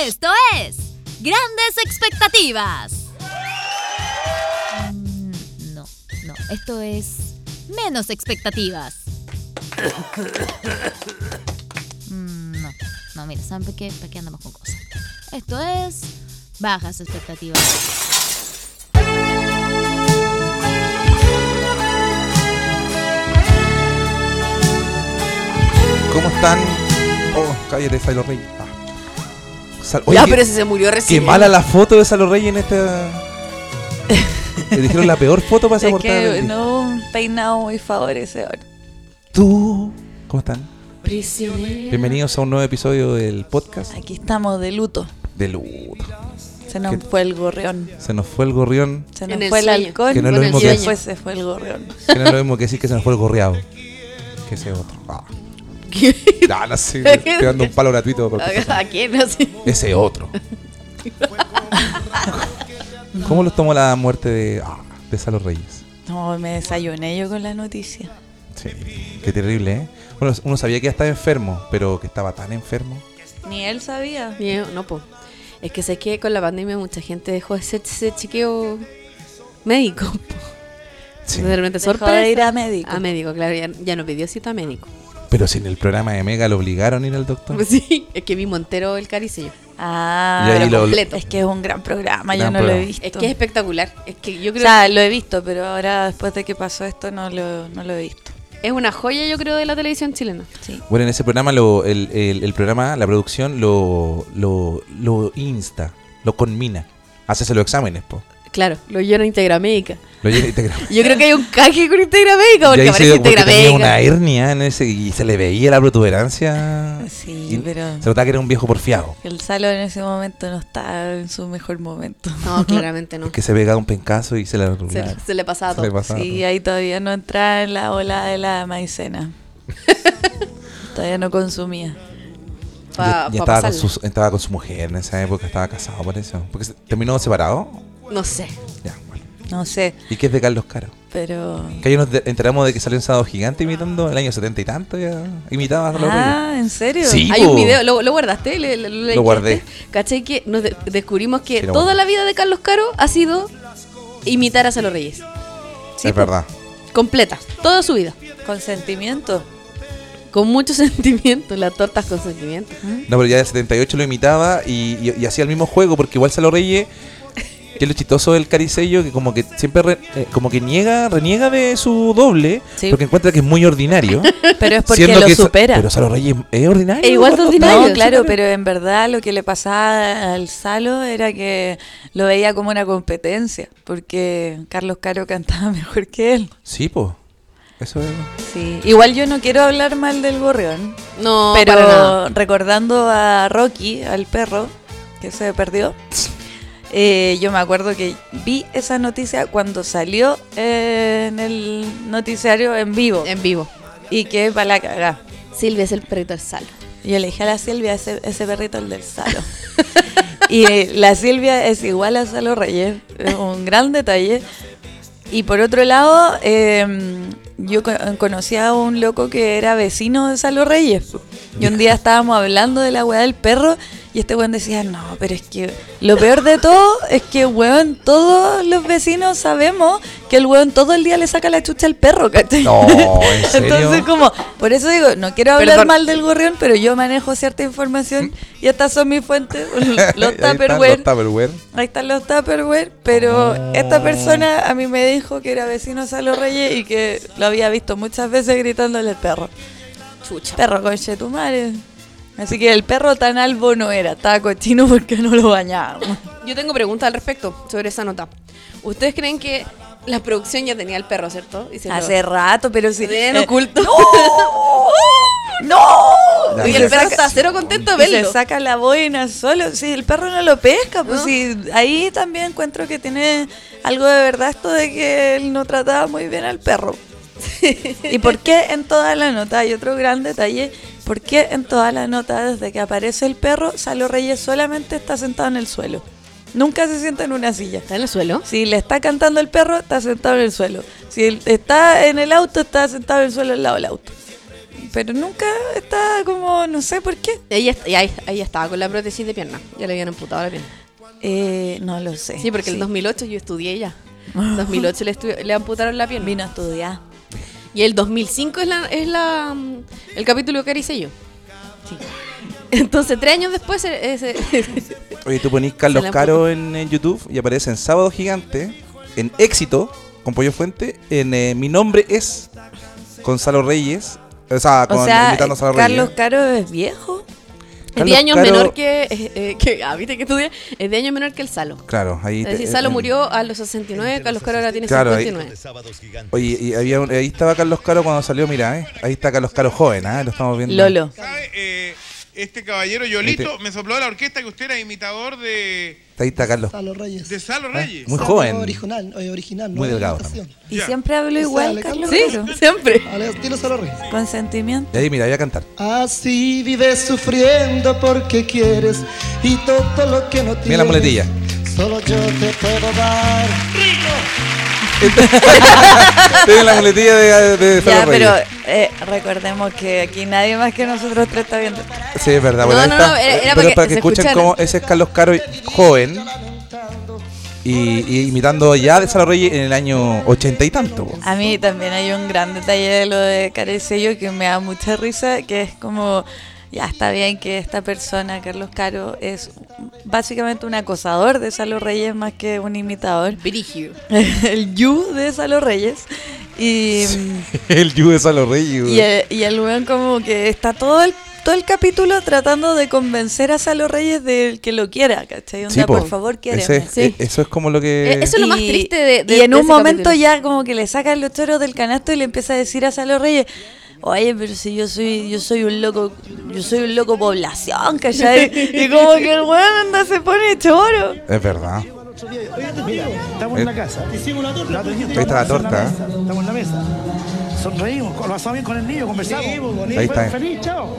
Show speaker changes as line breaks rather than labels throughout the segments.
Esto es Grandes Expectativas. Mm, No, no, esto es Menos Expectativas. Mm, No, no, mira, ¿saben por qué, por qué andamos con cosas? Esto es Bajas Expectativas.
¿Cómo están? Oh, cállate, Salo Rey. Ah. Sal- Oye,
ya,
qué,
pero ¿eh? ese se murió
qué
recién.
mala la foto de Salo Rey en esta. Le dijeron la peor foto para esa
Es
portada.
que eh,
del disco.
no, un peinado muy favorecedor.
Tú. ¿Cómo están? Bienvenidos a un nuevo episodio del podcast
Aquí estamos de luto.
de luto.
Se nos
¿Qué?
fue el gorrión.
Se nos fue el gorrión.
Se
En
nos
el
fue el
sueño.
halcón.
Que no es lo
y
mismo que
después se fue el gorrión.
Que no es lo mismo que decir que se nos fue el gorreado. Que ese otro. Ah. No, no sé. le Estoy dando un palo gratuito. por cualquier cosa.
¿A quién? Así.
Ese otro. ¿Cómo los tomó la muerte de, ah, de Salo Reyes?
No, me desayuné yo con la noticia.
Sí, qué terrible, ¿eh? Bueno, uno sabía que ya estaba enfermo, pero que estaba tan enfermo.
Ni él sabía.
Miedo, no, po. Es que sé que con la pandemia mucha gente dejó de ser ese chequeo médico. po.
Sí.
De repente
Dejó
sorpresa. Ah.
de ir a médico.
A médico, claro, ya, ya no pidió cita a médico.
Pero si en el programa de Mega lo obligaron a ir al doctor.
Pues sí, es que vimos entero el caricillo.
Ah,
Y ahí
pero
lo-
completo. Es que es un gran programa, yo
Gran
no lo
programa.
he visto.
Es que es espectacular. Es que yo
o
creo
sea, lo he visto, pero ahora después de que pasó esto no lo, no lo he visto.
que es una joya, yo creo, de la televisión chilena.
Sí.
Bueno, en ese programa, lo, el, el- el programa, la producción lo, lo, lo insta, lo conmina. Haces los exámenes, po.
Claro, lo llena Integra Médica.
Lo llena y te graba.
Yo creo que hay un caje con Integra Médica
Y
porque
ahí se
aparece
dio como que
Integra
tenía una
Médica.
hernia en ese, y se le veía la protuberancia.
Sí,
Y
pero-
Se notaba que era un viejo porfiado.
El Salo en ese momento no está en su mejor momento.
No, claramente no.
Que se pegaba un pencazo y se le arruinaba.
Se, se le pasaba
Se le
todo.
pasaba pues.
Sí,
todo.
ahí todavía no entraba en la ola de la maicena. todavía no consumía.
Pa-
Y- y
pa
estaba, con
pasarla.
su, estaba con su mujer en esa época, estaba casado por eso. Porque se- terminó separado.
No sé.
Ya, bueno.
No sé,
¿Y qué es de Carlos Caro?
pero...
Que ahí nos de- enteramos de que salió un sábado gigante imitando el año 70 y tanto ya. Imitaba a Salo
Ah, ¿en serio?
Sí.
Hay
po.
un video, ¿lo, lo guardaste? ¿Le- le- le-
Lo guardé.
¿Cachai que nos de- descubrimos que
Sí, lo
toda
guardé.
la vida de Carlos Caro ha sido imitar a Salo Reyes?
Reyes.
Sí, pues.
es verdad.
Completa, toda su vida.
Consentimiento.
Con mucho sentimiento, las tortas con sentimiento.
No, pero ya de 78 lo imitaba y, y- y hacía el mismo juego, porque igual Salo Reyes, que es lo chistoso del caricello, que como que siempre re- eh, como que niega, reniega de su doble,
Sí.
porque encuentra que es muy ordinario.
Pero es porque
siendo
lo
que Sa-
supera.
Pero Salo Reyes es ordinario.
Es igual de
gordo.
ordinario. sí,
No, claro,
claro.
pero en verdad lo que le pasaba al Salo era que lo veía como una competencia, porque Carlos Caro cantaba mejor que él.
Sí, pues. Eso es.
Sí. Igual yo no quiero hablar mal del gorrión,
No,
pero
para nada.
recordando a Rocky, al perro que se perdió, eh, yo me acuerdo que vi esa noticia cuando salió eh, en el noticiario en vivo
En vivo.
y que para la cagá.
Silvia es el perrito del Salo.
Yo le dije a la Silvia, ese, ese perrito el del Salo. y eh, la Silvia es igual a Salo Reyes, es un gran detalle. Y por otro lado, eh, yo co- conocí a un loco que era vecino de Salo Reyes. Y un día estábamos hablando de la weá del perro y este weón decía, no, pero es que lo peor de todo es que, weón, todos los vecinos sabemos que el weón todo el día le saca la chucha al perro, ¿cachai?
No, ¿en serio?
Entonces, como, por eso digo, no quiero hablar
Perdón.
mal del gorrión, pero yo manejo cierta información y estas son mis fuentes, los
¿Mm? Ahí están
Tupperware.
Los Tupperware.
Ahí están los Tupperware, pero
Ah.
esta persona a mí me dijo que era vecino de Salo Reyes y que lo había visto muchas veces gritándole al perro.
Chucha.
Perro conche tu madre. Así que el perro tan albo no era, estaba cochino porque no lo bañábamos.
Yo tengo preguntas al respecto sobre esa nota. ¿Ustedes creen que la producción ya tenía el perro, cierto? Y se lo-
Hace rato, pero sí.
Bien
eh,
oculto.
¡No! ¡No!
Y
Y
le
el perro
saca-
está cero contento de
Y se
verlo.
saca la boina solo. Si el perro no lo pesca, pues
¿No?
sí. Ahí también encuentro que tiene algo de verdad esto de que él no trataba muy bien al perro. ¿Y por qué en toda la nota? Hay otro gran detalle. ¿Por qué en toda la nota, desde que aparece el perro, Salo Reyes solamente está sentado en el suelo? Nunca se sienta en una silla.
¿Está en el suelo?
Si le está cantando el perro, está sentado en el suelo. Si él está en el auto, está sentado en el suelo al lado del auto. Pero nunca está como no sé por qué.
Ella, est- ya- ella estaba con la prótesis de pierna. Ya le habían amputado la pierna.
Eh, no lo sé.
Sí, porque en el 2008 yo estudié ya. En 2008 le, estu- le amputaron la pierna.
Vino a estudiar.
Y el 2005 es, la, es la, mm, el capítulo que hice yo. Entonces, tres años después... eh, eh, se-
Oye, tú ponís Carlos
Se la
Caro en, eh, YouTube y aparece en Sábado Gigante, en Éxito, con Pollo Fuente, en eh, Mi Nombre es Gonzalo Reyes. O sea, con,
O sea,
imitando a Gonzalo
Carlos
Reyes.
Caro es viejo.
es de
Carlos
años
Caro-
menor que... eh, eh, que ah, ¿viste que estudié? Es de años menor que el Salo.
Claro, ahí...
Es
te-
decir, Salo
eh,
murió a los 69, Carlos Caro ahora tiene
Claro, ahí-
59.
Oye, y había un- ahí estaba Carlos Caro cuando salió, mira, eh, ahí está Carlos Caro joven, ¿eh? lo estamos viendo.
Lolo.
¿Sabe? Eh, este caballero Yolito
Este-
me sopló a la orquesta que usted era imitador de,
Ahí está Carlos.
Salo Reyes.
de Salo
Ah,
Reyes.
Muy
Salo
joven.
Original, eh, original.
Muy delgado
imitación.
Y
Ya.
siempre hablo
O sea,
igual,
le
Carlos
cambio-
Caro.
siempre.
Ale, dilo Salo Reyes.
Consentimiento.
Y ahí, mira, voy a cantar.
Así vives sufriendo porque quieres y todo lo que no tienes.
Mira la muletilla.
Solo yo te puedo dar.
Tiene la muletilla de, de Salo
Ya, pero
Reyes.
eh, recordemos que aquí nadie más que nosotros tres está viendo.
Sí, es verdad.
No,
bueno, ahí
no,
está.
no, era- era
Pero
para que
para que
se
escuchen
escuchara.
cómo ese es Carlos Caro joven y, y imitando ya de Salo Reyes en el año ochenta y tanto. po.
A mí también hay un gran detalle de lo de Carecello que me da mucha risa, que es como, ya está bien que esta persona, Carlos Caro, es básicamente un acosador de Salo Reyes más que un imitador.
Brígido.
El you de Salo Reyes. Y,
el Yu de Salo Reyes.
y, el, y el weón como que está todo el, todo el capítulo tratando de convencer a Salo Reyes de que lo quiera, ¿cachai? Onda,
Sí, po.
por favor, quiéreme.
Ese es-
Sí.
eh, Eso es como lo que...
Eh, eso- es lo más triste de- de-
y en
de
un
ese
momento
capítulo.
ya como que le sacan los toros del canasto y le empieza a decir a Salo Reyes, oye, pero si yo soy, yo soy un loco, yo soy un loco población, ¿cachai? y como que el weón anda se pone choro.
Es verdad.
Estamos en la casa. Eh. Hicimos la torta.
Ahí está la torta, ¿eh?
Estamos en la mesa. Sonreímos, lo pasamos bien con el niño, conversamos.
Ahí está.
Feliz, chao.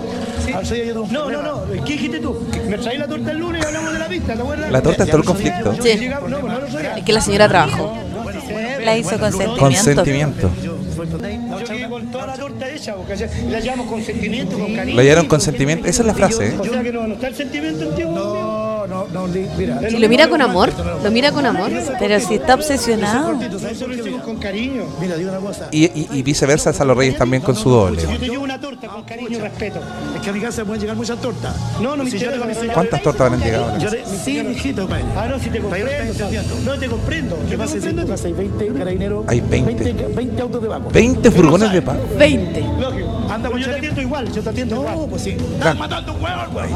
pues, No, no, no. ¿Qué dijiste tú? Me traí la torta el lunes y hablamos de la pista, ¿te acuerdas?
La torta es todo el conflicto.
Sí.
pues,
Es que la señora trabajó.
La hizo consentimiento.
Consentimiento.
Yo llegué con toda la torta hecha, porque ayer la llevamos con sentimiento, con cariño.
Lo llevaron con sentimiento. Esa es la frase, ¿eh?
O sea que no, no está el sentimiento, tío. No, no, no, mira.
Y lo mira con amor, lo mira con amor.
Pero si está obsesionado.
Nosotros lo hicimos con cariño. Mira, digo una cosa.
Y, y- y viceversa Salo Reyes también con su doble.
Yo te llevo una torta con cariño y respeto. Es que a mi casa pueden llegar muchas tortas. No, no me interesa.
¿Cuántas tortas habrán llegado? a la casa?
Sí, mijito, padre. Ah, no, si te comprendo. No te comprendo. ¿Qué pasa si en tu casa hay 20 carabineros?
Hay 20.
20, autos de vagos.
20 furgones de pago.
20.
Lógico. Anda, pues yo te atiendo igual, yo te atiendo igual. No, pues sí. Estás matando un hueón, güey.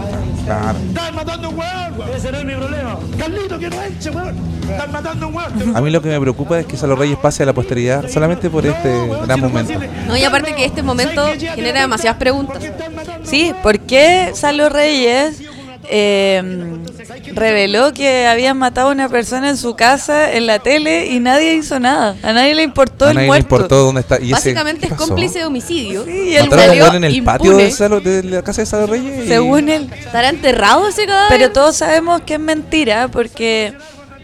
Claro.
Estás matando un hueón, güey. Ese no es mi problema. Carlito, que no eche, hueón. Estás matando un hueón.
A mí lo que me preocupa es que Salo Reyes pase a la posteridad solamente por este gran momento.
No, y aparte que este momento genera demasiadas preguntas.
Sí, ¿por qué Salo Reyes eh, reveló que habían matado a una persona en su casa, en la tele, y nadie hizo nada? A nadie le importó
A
el
nadie le
muerto.
importó dónde está. Y ese- ¿qué
Básicamente es
pasó?
cómplice de homicidio.
Sí, y él
Mataron a un
salió
weón en el patio
impune.
de, Salo- de la casa de Salo Reyes. y-
Según él.
¿Estará enterrado ese cadáver?
Pero todos sabemos que es mentira porque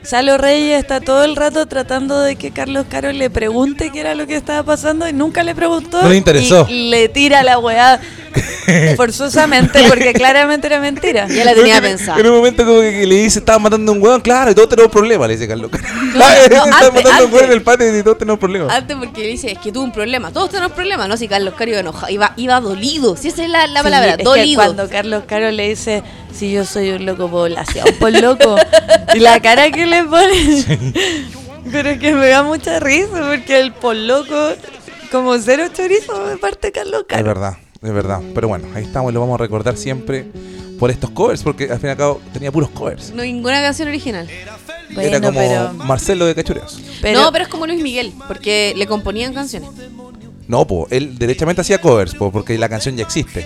Salo Reyes está todo el rato tratando de que Carlos Caro le pregunte qué era lo que estaba pasando y nunca le preguntó.
No le interesó.
Y le tira la weá forzosamente porque claramente era mentira.
Ya la tenía
Porque
pensada.
En un momento como que le dice, estaba matando a un hueón, claro, y todos tenemos problemas, le dice Carlos. estaba
antes,
matando a un hueón en
antes.
el patio y todos tenemos problemas.
Antes porque dice, es que tuvo un problema. Todos tenemos problemas, ¿no? Si Carlos Cario iba enojado, iba, iba dolido. Si esa es la, la
Sí,
palabra,
es que
dolido.
cuando Carlos Caro le dice, si yo soy un loco población, por loco. y la cara que le pone. Pero es que me da mucha risa porque el por loco, como cero chorizo de parte de Carlos
Es
Caro.
verdad, es verdad. Pero bueno, ahí estamos, lo vamos a recordar siempre por estos covers, porque al fin y al cabo tenía puros covers.
No, ninguna canción original.
Era como
pero-
Marcelo de Cachureos.
no, pero es como Luis Miguel, porque le componían canciones.
No, po, él derechamente hacía covers, po, porque la canción ya existe.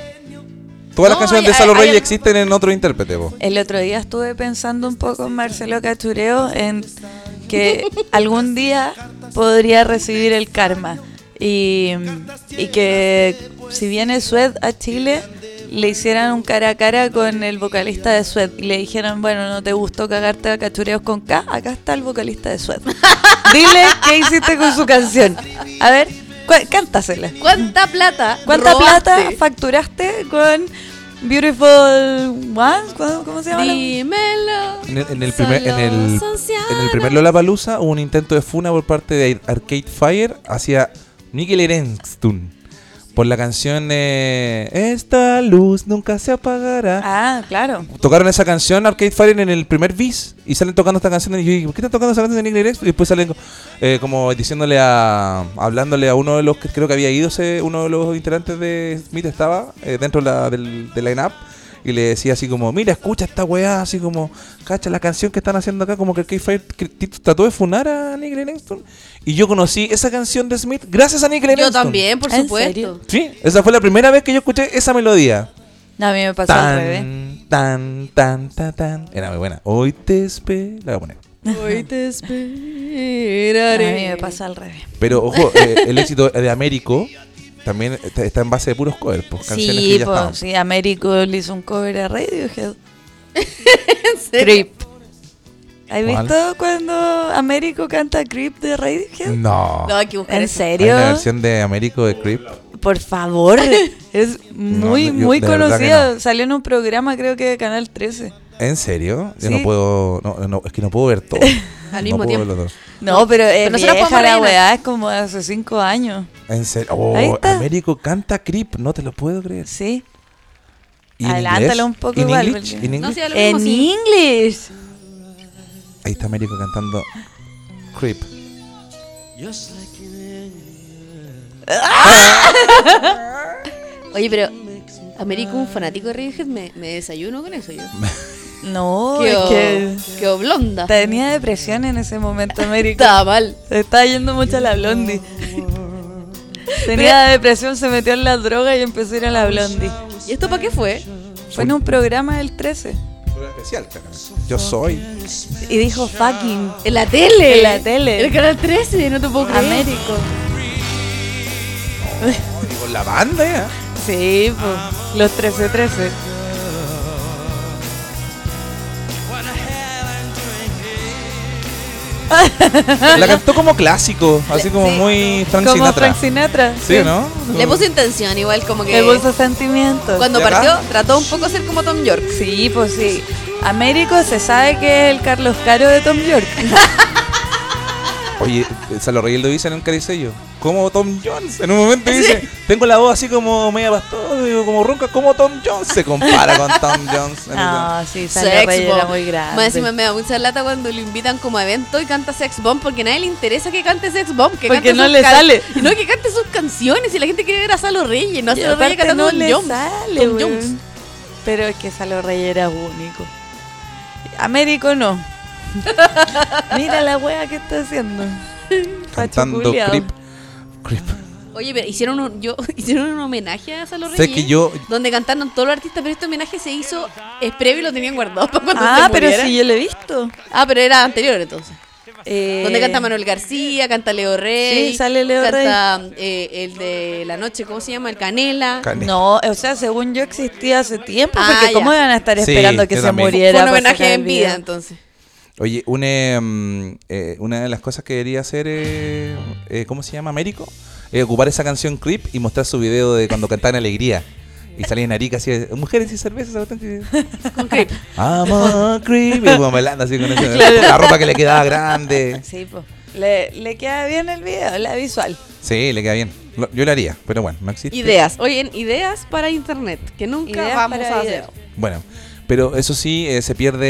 Todas las
No,
canciones
hay-
de Salo
hay- hay
Reyes
al-
existen en otro intérprete, po.
El otro día estuve pensando un poco en Marcelo Cachureo, en que algún día podría recibir el karma. Y, y que si viene Sued a Chile, le hicieran un cara a cara con el vocalista de Sued. Y le dijeran, bueno, no te gustó cagarte a cachureos con K, acá está el vocalista de Sued. Dile qué hiciste con su canción. A ver, cu- cántasela.
¿Cuánta plata?
¿Cuánta
robaste?
plata facturaste con Beautiful. ¿What? ¿Cómo- ¿Cómo se llama? la-
Dímelo.
En el, en el primer, en el,
Solo
en el primer
Sansana.
Lollapalooza hubo un intento de funa por parte de Arcade Fire hacia Nickel Erenston por la canción eh, Esta luz nunca se apagará.
Ah, claro.
Tocaron esa canción Arcade Fire en el primer bis y salen tocando esta canción. Y yo dije, ¿por qué están tocando esa canción de Nickel Erenston? Y después salen eh, como diciéndole a. hablándole a uno de los que creo que había ido, ese- uno de los integrantes de Smith estaba eh, dentro de la, del, del line-up. Y le decía así como, mira, escucha esta weá, así como, cacha la canción que están haciendo acá, como que Arcade Fire que Tito trató de funar a Nickel Erenston. Y yo conocí esa canción de Smith gracias a Nickel
Yo
Erenston.
también, por
¿En
supuesto.
serio?
Sí, esa fue la primera vez que yo escuché esa melodía.
No, a mí me pasó al revés.
Tan, tan, tan, tan, tan. Era muy buena. Hoy te espero. La voy a poner.
Hoy te
A
esperaré.
mí me pasó al revés.
Pero ojo, eh, el éxito de Américo también está, está en base de puros covers, pues, canciones que
Sí,
ya
po,
estaban.
sí, Américo le hizo un cover a Radiohead. Creep. ¿Has
¿Cuál?
visto cuando Américo canta Creep de Radiohead?
No.
No, hay que buscar
¿En
eso.
Mm. Hay
serio?
una versión de Américo de Creep.
Por favor. Es muy,
no, yo
muy
de verdad que
conocida.
no.
Salió en un programa, creo que de Canal 13.
¿En serio? Yo
Sí.
no puedo. No, no, es que no puedo ver todo.
Al
No
mismo
puedo
tiempo.
ver los dos.
No, pero es
Pero nosotros
vieja
podemos
la
rellenar.
weá, es como hace cinco años.
En serio. Oh,
Ahí está.
Américo canta Creep. No te lo puedo creer.
Sí.
¿Y en
Adelántalo
inglés?
un poco
¿In
igual,
English?
porque-
¿In
No,
English?
sí, a lo mismo,
En
sí.
inglés.
Ahí está Américo cantando Creep.
Oye, pero Américo, un fanático de Radiohead, me, me desayuno con eso yo.
No,
Qué
es
o-
que
qué oblonda.
tenía depresión en ese momento, Américo.
Estaba mal.
Se estaba yendo mucho a la blondie. Tenía depresión, se metió en la droga y empezó a ir a la blondie.
¿Y esto para qué fue?
Fue en un programa del 13.
especial, Yo soy.
Y dijo fucking.
En la tele.
En la tele.
El canal 13, no te puedo creer.
Américo.
Y con la banda, ya.
Sí, pues, los 13-13.
La cantó como clásico, así como muy Frank
Como
Sinatra.
Frank Sinatra.
Sí, ¿no?
Le puso intención igual, como que...
Le puso sentimientos.
Cuando
¿De acá?
partió, trató un poco de ser como Tom York.
Sí, pues sí. Américo se sabe que es el Carlos Caro de Tom York.
Oye, eh, Salo Reyes lo dice en un caricello. Como Tom Jones. En un momento dice, tengo la voz así como media pastosa, digo, como ronca, como Tom Jones. Se compara con Tom Jones. En esa-
No, sí, Sandra Reyes
Bomb.
era muy grande.
Más encima me da mucha lata cuando lo invitan como a evento y canta Sex Bomb porque a nadie le interesa que cante Sex Bomb. Que
Porque
cante
no
sus
le
can-
sale.
No, que cante sus canciones y la gente quiere ver a Salo Reyes, no a
Y
Salo Reyes
aparte
cantando
no
Tom
le
Jones.
sale,
Tom
weón.
Jones.
Pero es que Salo Reyes era único. Américo no. Mira la wea que está haciendo.
Cantando
Pachuculeado.
Creep. Creep.
Oye, pero hicieron un, yo, hicieron un homenaje a Salo
Sé
Reyes.
que yo...
Donde cantaron todos los artistas, pero este homenaje se hizo es previo y lo tenían guardado para cuando
Ah,
se
pero
muriera.
sí, yo lo he visto.
Ah, pero era anterior entonces.
Eh,
Donde canta Manuel García, canta Leo Rey.
Sí, sale Leo
canta, eh, el de la noche, ¿cómo se llama? El Canela.
Cane.
No, o sea, según yo existía hace tiempo,
Ah,
porque
ya.
¿cómo iban a estar
Sí,
esperando que
yo
se
también.
muriera?
Fue un
para sacar
homenaje
el
en
video?
vida entonces.
Oye, una, mm, eh, una de las cosas que debería hacer, eh, eh, ¿cómo se llama? Américo, eh, ocupar esa canción Creep y mostrar su video de cuando cantaban Alegría. Y salía en Arica así, de, mujeres y cervezas. ¿sabes?
Con Creep.
I'm a creep. Y como bailando así con esa- la ropa que le quedaba grande.
Sí, pues. Le, le queda bien el video, la visual.
Sí, le queda bien. Lo- yo lo haría, pero bueno, no existe.
Ideas. Oye, en ideas para internet, que nunca
Ideas
vamos
para
a
video.
hacer.
Bueno, pero eso sí, eh, se pierde.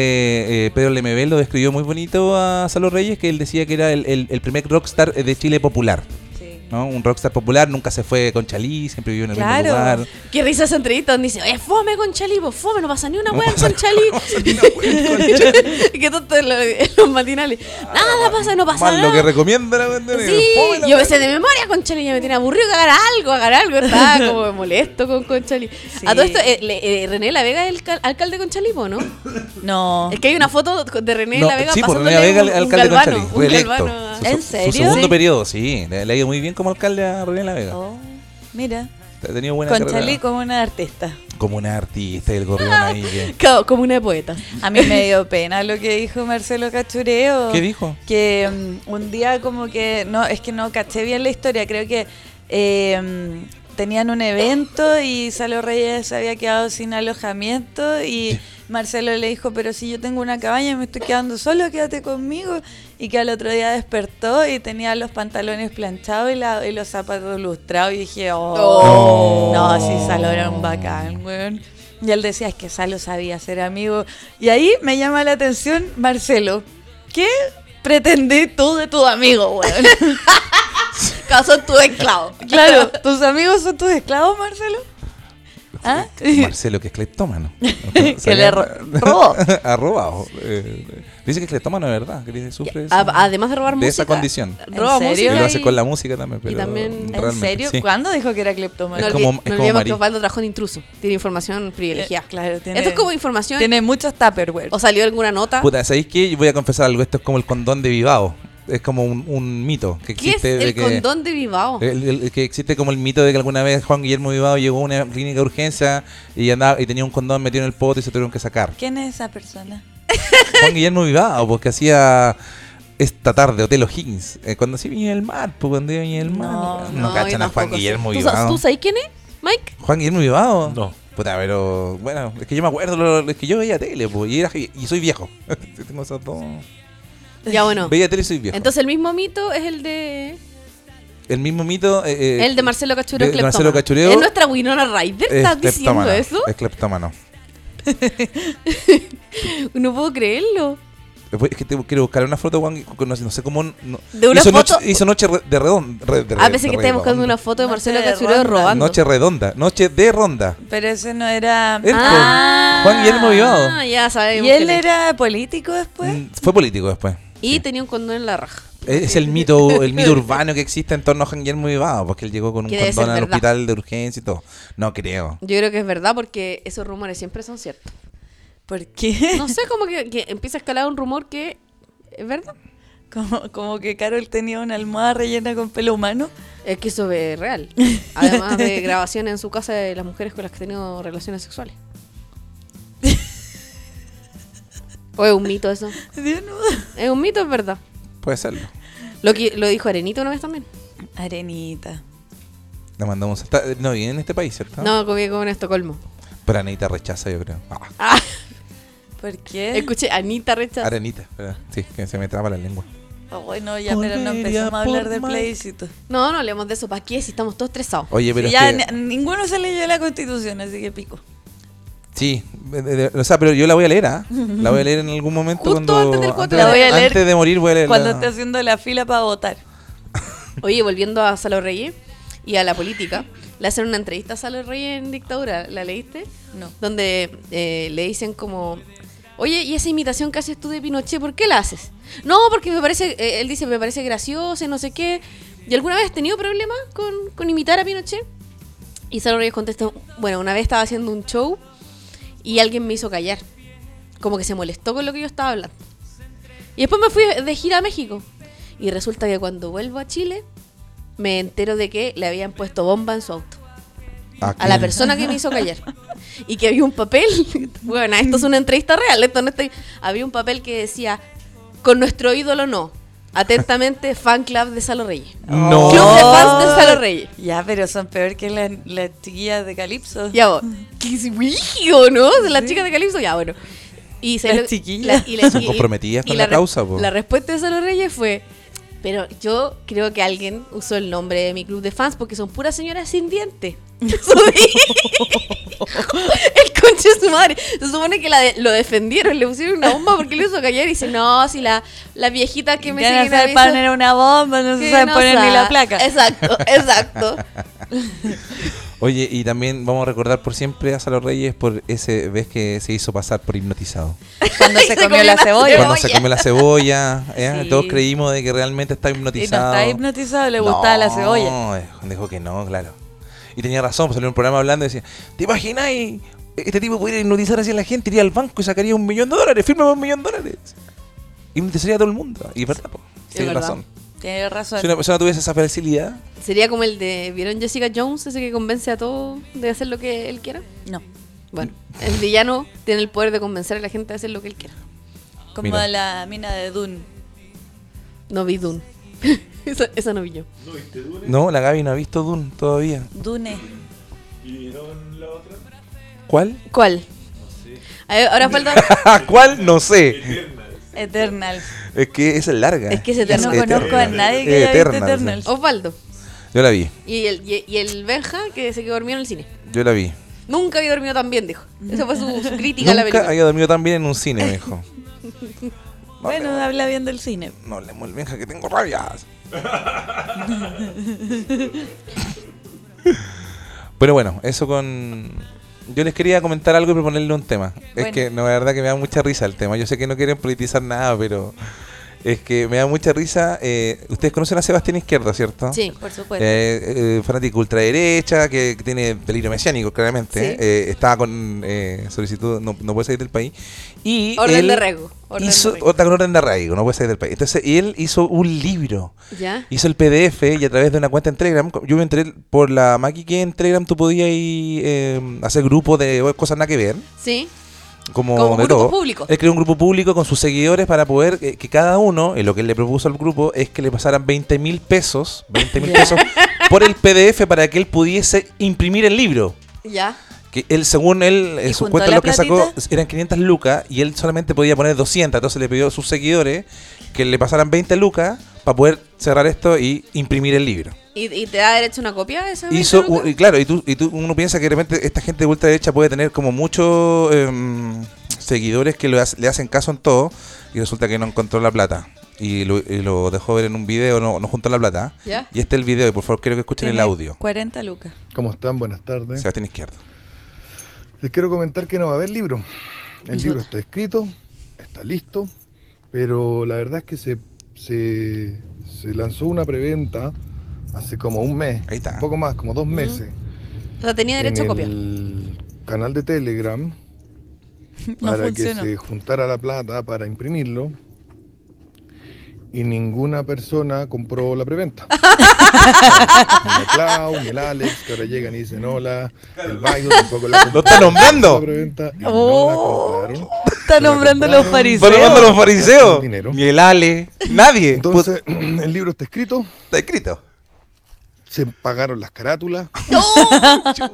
eh, Pedro Lemebel lo describió muy bonito a Salo Reyes, que él decía que era el, el- el primer rockstar de Chile popular. ¿no? Un rockstar popular, nunca se fue con Chalí, siempre vivió en el
Claro.
mismo lugar.
Qué risa esa entrevista donde dice, oye, fome con Chalí, vos fome, no pasa ni una
No
hueá
pasa-
con Chalí. Qué tonto en los, en los matinales. Nada pasa, no pasa
Más
nada.
Ah, lo que recomienda la banda negra.
Sí,
Fome la
yo
wea.
pensé de memoria con Chali, ya me tiene aburrido que haga algo, haga algo, estaba como molesto con Conchalí. A todo esto, eh, le- eh, René La Vega es el cal- alcalde de Conchalí, ¿po, ¿no?
No.
Es que hay una foto de René
No,
La Vega
sí, por
pasándole
René Vega,
un,
el
un
alcalde de
galvano,
Conchalí,
un
reelecto.
galvano a-
Su-
¿En
su-
serio?
Su segundo
Sí.
periodo, sí. Le, le ha ido muy bien como alcalde a René La Vega.
Oh, mira.
Ha tenido buena
Con
carrera.
Chalí como una artista.
Como un artista y el gorrión
Ah,
ahí. que-
Claro, como una de poetas.
A mí me dio pena lo que dijo Marcelo Cachureo.
¿Qué dijo?
Que mm, un día como que, no, es que no caché bien la historia, creo que eh, mm, tenían un evento y Salo Reyes se había quedado sin alojamiento y Marcelo le dijo, pero si yo tengo una cabaña y me estoy quedando solo, quédate conmigo. Y que al otro día despertó y tenía los pantalones planchados y, la- y los zapatos lustrados y dije, oh, no, sí, Salo era un bacán, weón. Y él decía, es que Salo sabía ser amigo. Y ahí me llama la atención Marcelo. ¿Qué pretendés tú de tu amigo, weón?
Caso tu esclavo.
Claro, ¿tus amigos son tus esclavos, Marcelo? ¿Ah?
Marcelo, que es cleptómano.
Que le ro- robó.
ha robado. Eh, dice que es cleptómano, de verdad. Que dice, sufre eso.
A- además de robar
De
música.
esa condición.
Roba
¿En
Y
serio?
música.
lo hace con la música también. Pero
también- ¿En
realmente,
¿En serio?
sí.
¿Cuándo dijo que era
No,
cleptomano?
Es
olvi-
como- es
no
como
olvidemos
Marí.
que Osvaldo trabajó en intruso. Tiene información privilegiada.
Eh, claro, tiene-
Esto es como información.
Tiene muchos tupperware.
O salió alguna nota.
Puta, ¿sabéis qué? Yo voy a confesar algo. Esto es como el condón de Vivao. Es como un, un mito que
¿Qué es
existe. de
el
que- Eh,
condón de Vivao?
El- el- el que existe como el mito de que alguna vez Juan Guillermo Vivado llegó a una clínica de urgencia y andaba y tenía un condón metido en el poto y se tuvieron que sacar.
¿Quién es esa persona?
Juan Guillermo Vivado, porque hacía esta tarde Hotel O'Higgins, eh, cuando sí Viña del Mar, pues cuando iba a Viña del Mar.
No,
No,
yo
cachan a Juan
tampoco sé.
Guillermo
¿Tú, sa-
Vivado.
¿Tú sabes quién es, Mike?
Juan Guillermo Vivado.
No.
Puta, pero bueno, es que yo me acuerdo, lo- es que yo veía tele, pues, y, era, y soy viejo. Tengo esas dos.
Ya bueno.
Veía tele y soy viejo.
Entonces el mismo mito es el de.
el mismo mito. eh, eh,
el de Marcelo Cachureo.
de- de Marcelo
cleptómano.
Cachureo.
¿Es nuestra Winona Ryder?
es
¿Estás diciendo
cleptómano,
eso?
Es cleptómano. Eh.
No puedo creerlo.
Después, Es que te- quiero buscar una foto, Juan, con- no, sé- no sé cómo. no-
¿De una
hizo,
foto?
Noche, hizo noche re- de redonda.
Ah, pensé que estaba buscando una foto de
Noche
Marcelo
de
Cachureo
ronda.
robando.
Noche redonda, noche de ronda.
Pero ese no era...
Él,
Ah.
pues, Juan Guillermo Vivado.
Ah, ya sabemos.
¿Y él
quién es.
era político después?
Mm, Fue político después. E-,
Y tenía un condón en la raja.
Es es el mito, el mito urbano que existe en torno a Juan Guillermo Vivado, porque pues, él llegó con un
Que debe
condón
ser
al
verdad.
hospital de urgencia y todo. No creo.
Yo creo que es verdad porque esos rumores siempre son ciertos.
¿Por qué?
No sé, como que, que empieza a escalar un rumor que es verdad.
Como, como que Carol tenía una almohada rellena con pelo humano.
Es que eso es real. Además de grabaciones en su casa de las mujeres con las que ha tenido relaciones sexuales. ¿O es un mito eso?
Desnudo.
Es un mito, es verdad.
Puede serlo.
Lo, que, lo dijo Arenita una vez también.
Arenita.
Le mandamos. está- no vive en este país, ¿cierto?
No, como como en Estocolmo.
Pero Anita rechaza, yo creo. Ah,
Ah,
¿Por qué?
escuché, Anita rechaza.
Arenita, espera. Sí, que se me traba la lengua.
Ay, no, Ah, ya, pero no empezamos a hablar del plebiscito.
No, no hablemos de eso. ¿Para qué? Si estamos todos estresados.
Oye, pero.
Sí,
es
ya
que-
ni- ninguno se leyó la constitución, así que pico.
Sí, de- de- de- o sea, pero yo la voy a leer, ¿ah? La voy a leer en algún momento
Justo
cuando
antes del cuatro.
de-
La voy a leer
antes de morir voy a leer.
Cuando
la-
esté haciendo la fila para votar.
Oye, volviendo a Salo Reyes y a la política, le hacen una entrevista a Salo Reyes en dictadura, ¿la leíste?
No.
Donde eh, le dicen como, oye, ¿y esa imitación que haces tú de Pinochet, por qué la haces? No, porque me parece, eh, él dice, me parece graciosa y no sé qué. ¿Y alguna vez has tenido problemas con, con imitar a Pinochet? Y Salo Reyes contesta, bueno, una vez estaba haciendo un show y alguien me hizo callar. Como que se molestó con lo que yo estaba hablando. Y después me fui de gira a México. Y resulta que cuando vuelvo a Chile, me entero de que le habían puesto bomba en su auto.
Ah,
A la
¿qué?
persona que me hizo callar. Y que había un papel. Bueno, esto es una entrevista real. Esto no estoy- Había un papel que decía: Con nuestro ídolo no. Atentamente, fan club de Salo Reyes.
No.
Club de fans de Salo Reyes.
Ya, pero son peor que las las chiquillas de Calipso.
Ya vos. Qué brillo, ¿no? De las chicas de Calipso, ya bueno. Y se
Las
lo-
chiquillas.
y la-
Son
y-
comprometidas
y
con la
re-
causa, po.
La respuesta de Salo Reyes fue. Pero yo creo que alguien usó el nombre de mi club de fans porque son puras señoras sin dientes. Eso dijo. el conche de su madre. Se supone que la de- lo defendieron, le pusieron una bomba porque le hizo callar y dice, no, si la, la viejita que me
ya no
siguen a
sabe
veces-
poner una bomba, no se
que
sabe
no
poner ni la
sabe".
placa.
Exacto, exacto.
Oye, y también vamos a recordar por siempre a Salo Reyes por ese vez que se hizo pasar por hipnotizado.
Cuando
Y
se comió la cebolla.
Cuando se comió la cebolla, ¿eh?
Sí.
todos creímos de que realmente estaba
Y no
hipnotizado.
está hipnotizado, le gustaba la cebolla.
No, eh, dijo que no, claro. Y tenía razón, pues, salió en un programa hablando y decía, ¿te imaginas? eh, Este tipo pudiera hipnotizar así a la gente, iría al banco y sacaría un millón de dólares, firma un millón de dólares. Hipnotizaría a todo el mundo. Y es verdad, po.
Es
Tiene
verdad.
razón.
Tiene razón.
Si una persona tuviese esa facilidad,
Sería como el de. ¿Vieron Jessica Jones? Ese que convence a todo de hacer lo que él quiera.
No.
Bueno, el villano tiene el poder de convencer a la gente de hacer lo que él quiera.
Como
Mira.
la mina de Dune.
No vi Dune. Esa, esa no vi yo.
No, la Gaby no ha visto Dune todavía.
Dune.
¿Cuál?
¿Cuál? A ver, ahora falta.
¿Cuál? No sé.
Eternal.
Es que esa es larga.
Es que es
Yo
eterna.
no
Es
conozco a
eterna.
nadie que haya visto
Eterna,
Eternal.
Osvaldo.
Yo la vi,
Y el, y, y el Benja que se quedó dormido en el cine.
yo la vi.
Nunca había dormido tan bien, dijo. Esa fue su, su crítica a la
Nunca
película.
había dormido tan bien en un cine, me dijo.
Bueno, habla bien del cine.
No le muelven que tengo rabias. Pero bueno, eso con. Yo les quería comentar algo y proponerle un tema. Es
Bueno.
que no, la verdad que me da mucha risa el tema. Yo sé que no quieren politizar nada, pero es que me da mucha risa. eh, Ustedes conocen a Sebastián Izquierda, ¿cierto?
Sí.
Por supuesto.
Eh, eh, fanático ultraderecha, que, que tiene peligro mesiánico, claramente.
Sí.
Eh, estaba con eh, solicitud, no, no puede salir del país. Y
Orden
él
de arraigo, orden de
hizo,
arraigo.
está con orden de arraigo, no puede salir del país. Entonces, él hizo un libro.
¿Ya?
Hizo el PDF y a través de una cuenta en Telegram, yo me enteré por la Maki que en Telegram tú podías ir, eh, hacer grupos de cosas nada que ver
Sí.
como
Como un
de
grupo
todo.
público.
Él creó un grupo público con sus seguidores para poder eh, que cada uno, eh, lo que él le propuso al grupo, es que le pasaran 20 mil pesos, 20 mil pesos, por el PDF para que él pudiese imprimir el libro.
Ya.
Que él, según él,
¿Y
en su
juntó
cuenta
la
lo que sacó
platita?
eran 500 lucas y él solamente podía poner 200. Entonces le pidió a sus seguidores que le pasaran 20 lucas para poder cerrar esto y imprimir el libro.
¿Y, y te da derecho a una copia de esa?
Hizo,
película?
u- y claro, y tú, y tú- uno piensa que de repente esta gente de ultraderecha puede tener como muchos em, seguidores que lo hace- le hacen caso en todo y resulta que no encontró la plata. Y lo, y lo dejó ver en un video, no, no juntó la plata.
Ya.
Y este es el video, y por favor quiero que escuchen el
Tiene
audio.
40 lucas.
¿Cómo están? Buenas tardes.
Sebastián Izquierdo.
Les quiero comentar que no va a haber libro. El libro está escrito, está listo, pero la verdad es que se, se, se lanzó una preventa hace como un mes,
Ahí está.
un poco más, como dos meses,
O sea, tenía
en
derecho a copia.
el canal de Telegram
No
para
funcionó.
que se juntara la plata para imprimirlo y ninguna persona compró la preventa. ni el Clau, ni el Alex, que ahora llegan y dicen hola, el Bayo tampoco la compró.
¡Lo está nombrando!
La preventa y
Oh.
no la compraron.
Está nombrando los fariseos.
Pero cuando los fariseos,
Dinero.
ni el Ale, nadie. Pues,
Entonces, el libro está escrito,
está escrito.
se pagaron las carátulas,
La
y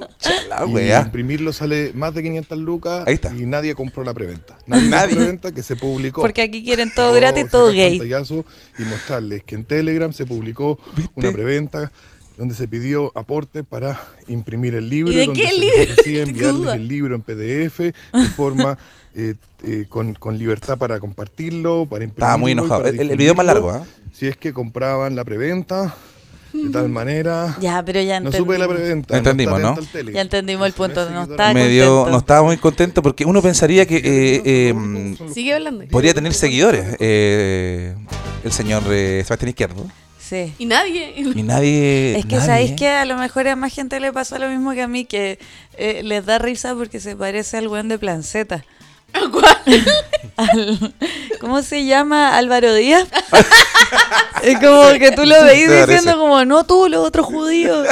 Ah, wea.
imprimirlo sale más de 500 lucas
Ahí está.
y nadie compró la preventa. Nadie, compró
Nadie.
la preventa que se publicó.
Porque aquí quieren todo
Quiero
gratis, todo
Oh, sacar
gay.
pantallazo y mostrarles que en Telegram se publicó una preventa donde se pidió aporte para imprimir el libro.
¿Y de
donde
qué
se les
libro?
ofrecía
Qué
enviarles
duda.
el libro en PDF de forma eh, eh, con, con libertad para compartirlo, para imprimirlo.
Estaba muy
y
enojado.
para
El- el- el video más largo, ¿ah?
difundirlo, Si es que compraban la preventa, de tal manera...
Ya, pero ya
No supe de la
entendimos.
preventa.
Entendimos,
está
¿no?
atento al Telegram.
Ya entendimos el punto. No estaba
Me dio,
contento.
no estaba muy contento porque uno pensaría que eh, em,
Sigue hablando.
Podría tener seguidores eh, el señor eh, Sebastián Izquierdo.
Sí.
Y nadie.
Y nadie.
Es que
Eh, nadie-
sabéis que a lo mejor a más gente le pasó lo mismo que a mí, que eh, les da risa porque se parece al weón de Planceta. Al- ¿Cómo se llama? Álvaro Díaz. es como que tú lo veís
Se parece.
diciendo como, no tú, los otros judíos.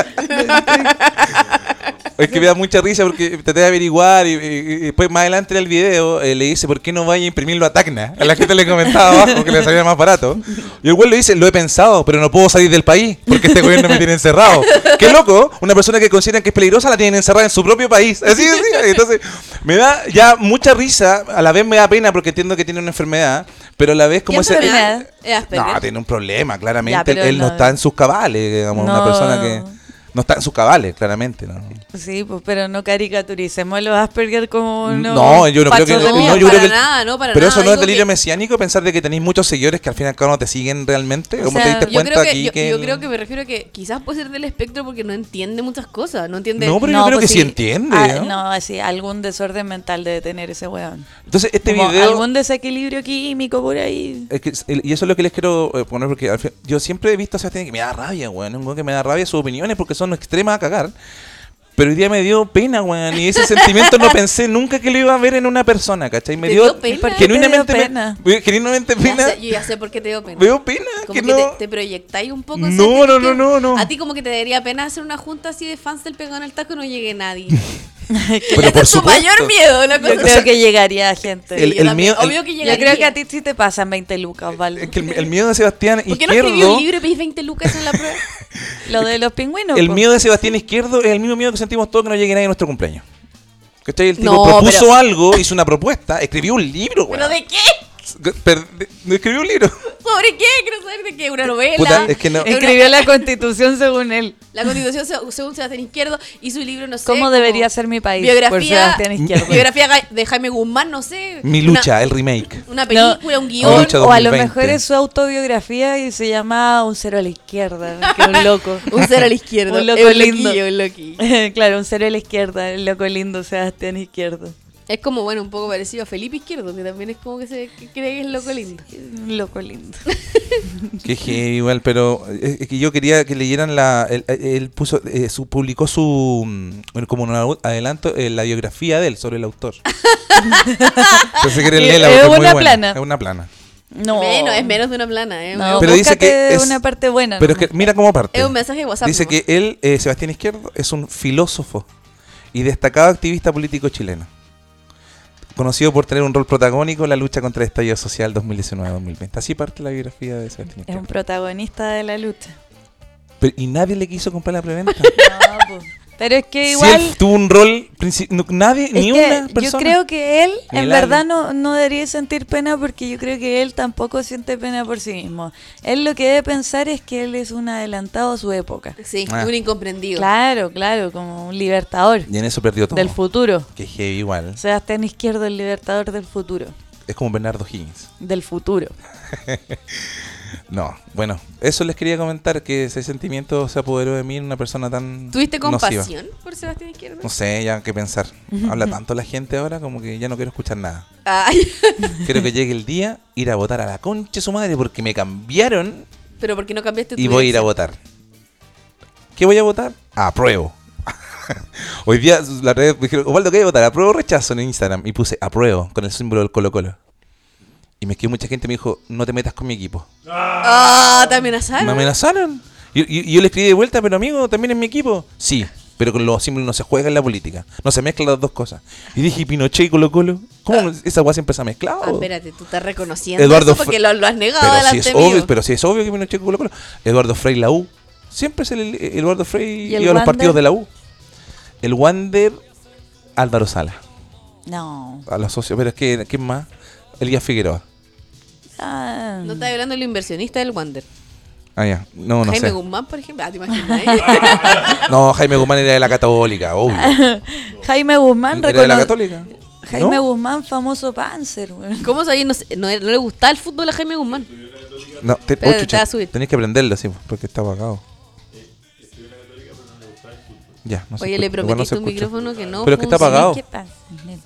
Es que me da mucha risa porque traté de averiguar y, y- y después más adelante del video eh, le dice por qué no vaya a imprimirlo a Tacna. A la gente le comentaba abajo que le salía más barato. Y el güey le dice, lo he pensado, pero no puedo salir del país porque este gobierno me tiene encerrado. Qué loco, una persona que consideran que es peligrosa la tienen encerrada en su propio país. Así, así. Entonces, me da ya mucha risa, a la vez me da pena porque entiendo que tiene una enfermedad, pero a la vez como
¿Qué
ese...
enfermedad?
Es Asperger.
No, tiene un problema,
Ya,
claramente.
pero
él no,
no-
está en sus cabales, digamos, una
No.
persona que no está en sus cabales, claramente. ¿no?
Sí, pues, pero no caricaturicemos a los Asperger como unos
No, yo no creo que.
fachos
No,
de mierda.
yo creo
para
que-
nada, no, para
pero
nada,
eso no es
digo
delirio
que-
mesiánico pensar de que tenéis muchos seguidores que al final cada uno te siguen realmente.
O
¿Cómo te
sea,
diste
yo
Yo
cuenta
creo, que,
aquí
yo,
que.?
yo
el-
creo que me refiero a que quizás puede ser del espectro porque no entiende muchas cosas. No entiende.
No, pero yo creo que sí entiende,
ah,
¿no?
no, sí, algún desorden mental debe tener ese weón.
Entonces, este
Como
video.
algún desequilibrio químico por ahí.
Es que es- el- y eso es lo que les quiero eh, poner, porque al fin- yo siempre he visto a Sebastián que me da rabia, weón. Un weón que me da rabia sus opiniones porque son extremas a cagar. Pero hoy día me dio pena, weón. Y ese sentimiento no pensé nunca que lo iba a ver en una persona, ¿cachai? Me
¿Te
dio,
dio pena? ¿Por qué te
Genuinamente,
dio
me-
pena?
me- genuinamente
Ya
pena.
sé- yo ya sé por qué te dio pena.
Veo pena.
Como
que
que,
no-
te, te proyectáis un poco.
No,
¿sí?
no,
Que
no, no, no.
A ti como que te daría pena hacer una junta así de fans del pegado en el taco y no llegue nadie.
Pero
Ese
por
es tu
supuesto.
mayor miedo. Una cosa
O
yo creo
sea,
que llegaría gente.
el-
Yo
el
también.
mío- el-
Obvio que
Yo
llegaría. Yo
creo
creo que
que
a ti sí te pasan 20 lucas, Osvaldo.
Es que el, el miedo de Sebastián
¿Por qué no escribí
Izquierdo.
un libro y pedís 20 lucas en la prueba?
Lo de los pingüinos.
El
po.
miedo de Sebastián Izquierdo es el mismo miedo que sentimos todos que no llegue nadie a nuestro cumpleaños. ¿Cachai? El tipo
No,
propuso
pero-
algo, hizo una propuesta, escribió un libro, güey.
¿Pero de qué?
Escribió un libro.
¿Sobre qué? Quiero saber de qué. ¿Una novela?
Puta, es que no-
Una-
Escribió la constitución según él.
La constitución se- según Sebastián Izquierdo y su libro, no sé.
¿Cómo
como
debería ser mi país?
Biografía,
Por Sebastián Izquierdo.
biografía ga- de Jaime Guzmán, no sé.
Mi
una-
lucha, el remake.
Una, película, un
Mi
guión.
lucha
o a lo
2020.
mejor es su autobiografía y se llama Un cero a la izquierda, que un loco.
Un cero a la izquierda.
Un loco
Es un
lindo.
loquillo, un loquillo.
claro, un cero a la izquierda, el loco lindo Sebastián Izquierdo.
Es como, bueno, un poco parecido a Felipe Izquierdo, que también es como que se que cree que es loco lindo.
Un loco lindo.
Que heavy igual, pero eh, es que yo quería que leyeran la. Él, él puso, eh, su, publicó su. mm, como un au- adelanto, eh, la biografía de él sobre el autor. Entonces quieren
Es-
leerla
es
porque es muy
una
buena.
plana.
Es una plana.
No.
Menos, es menos de una plana, ¿eh?
No,
Pero dice que
búscate
es-
una parte buena.
Pero es
¿no?
que mira cómo parte.
Es un mensaje de WhatsApp.
mm.
Dice
nomás.
que él, eh, Sebastián Izquierdo, es un filósofo y destacado activista político chileno. Conocido por tener un rol protagónico en la lucha contra el estallido social 2019-2020. Así parte la biografía de Sebastián
Es un
Izquierdo.
protagonista de la lucha.
Pero- y nadie le quiso comprar la preventa.
No, po. Pero es que
Si
igual.
él tuvo un rol, princi- no- nadie,
es
ni
que
una persona.
Yo creo que él,
Ni
en
el
verdad,
Ale.
no, no debería sentir pena porque yo creo que él tampoco siente pena por sí mismo. Él lo que debe pensar es que él es un adelantado a su época.
Sí,
Ah.
un incomprendido.
Claro, claro, como un libertador
Y en eso perdió todo.
del futuro.
Que heavy igual.
Sebastián Izquierdo, el libertador del futuro.
Es como Bernardo Higgins.
Del futuro.
No, bueno, eso les quería comentar, que ese sentimiento se apoderó de mí en una persona tan
¿Tuviste
nociva.
compasión por Sebastián Izquierdo?
No sé, ya que pensar. Habla tanto la gente ahora como que ya no quiero escuchar nada.
Ay,
Quiero que llegue el día, ir a votar a la concha de su madre porque me cambiaron
pero ¿por qué no cambiaste tu
y voy a ir a
dirección?
votar. ¿Qué voy a votar? Apruebo. Hoy día la red me dijeron, Osvaldo, ¿qué voy a votar? ¿Apruebo o rechazo en Instagram? Y puse apruebo con el símbolo del Colo Colo. Y me escribió mucha gente y me dijo, no te metas con mi equipo.
Ah, te amenazaron.
Me amenazaron. Y, y- y yo le escribí de vuelta, pero amigo, también es mi equipo. Sí, pero con los símbolos no se juega en la política. No se mezclan las dos cosas. Y dije, ¿y Pinochet y Colo Colo? ¿Cómo
Ah.
no- esa guasa siempre se ha mezclado?
Ah, espérate, tú estás reconociendo
Eduardo
eso porque
Fre-
lo, lo has negado
pero si
delante
es
mío.
obvio, Pero si es obvio que Pinochet y Colo Colo. Eduardo Frey, la U. Siempre es el, el- Eduardo Frey
¿Y el
iba a los
Wander?
partidos de la U. El Wander Álvaro Sala.
No.
A los socios. Pero es que, ¿quién más? Elías Figueroa.
Ah.
No estás hablando del inversionista del Wander.
Ah, ya. No, no
Jaime
sé.
Guzmán, por ejemplo. Ah, te imaginas. eh?
No, Jaime Guzmán era de la Católica, obvio.
Jaime Guzmán
Era de la
recono-
Católica.
Jaime
¿No?
Guzmán, famoso Panzer. weón.
¿Cómo sabías? No, sé, no, no le gustaba el fútbol a Jaime Guzmán.
No, te, oh,
Espérate, te
chucha,
va a subir.
tenés que aprenderlo, sí, porque está apagado. Ya, no se
Oye, le
escucha, igual no se
prometiste
escucha.
un micrófono que no
Pero es que está
funciona.
apagado.
¿Qué pasa?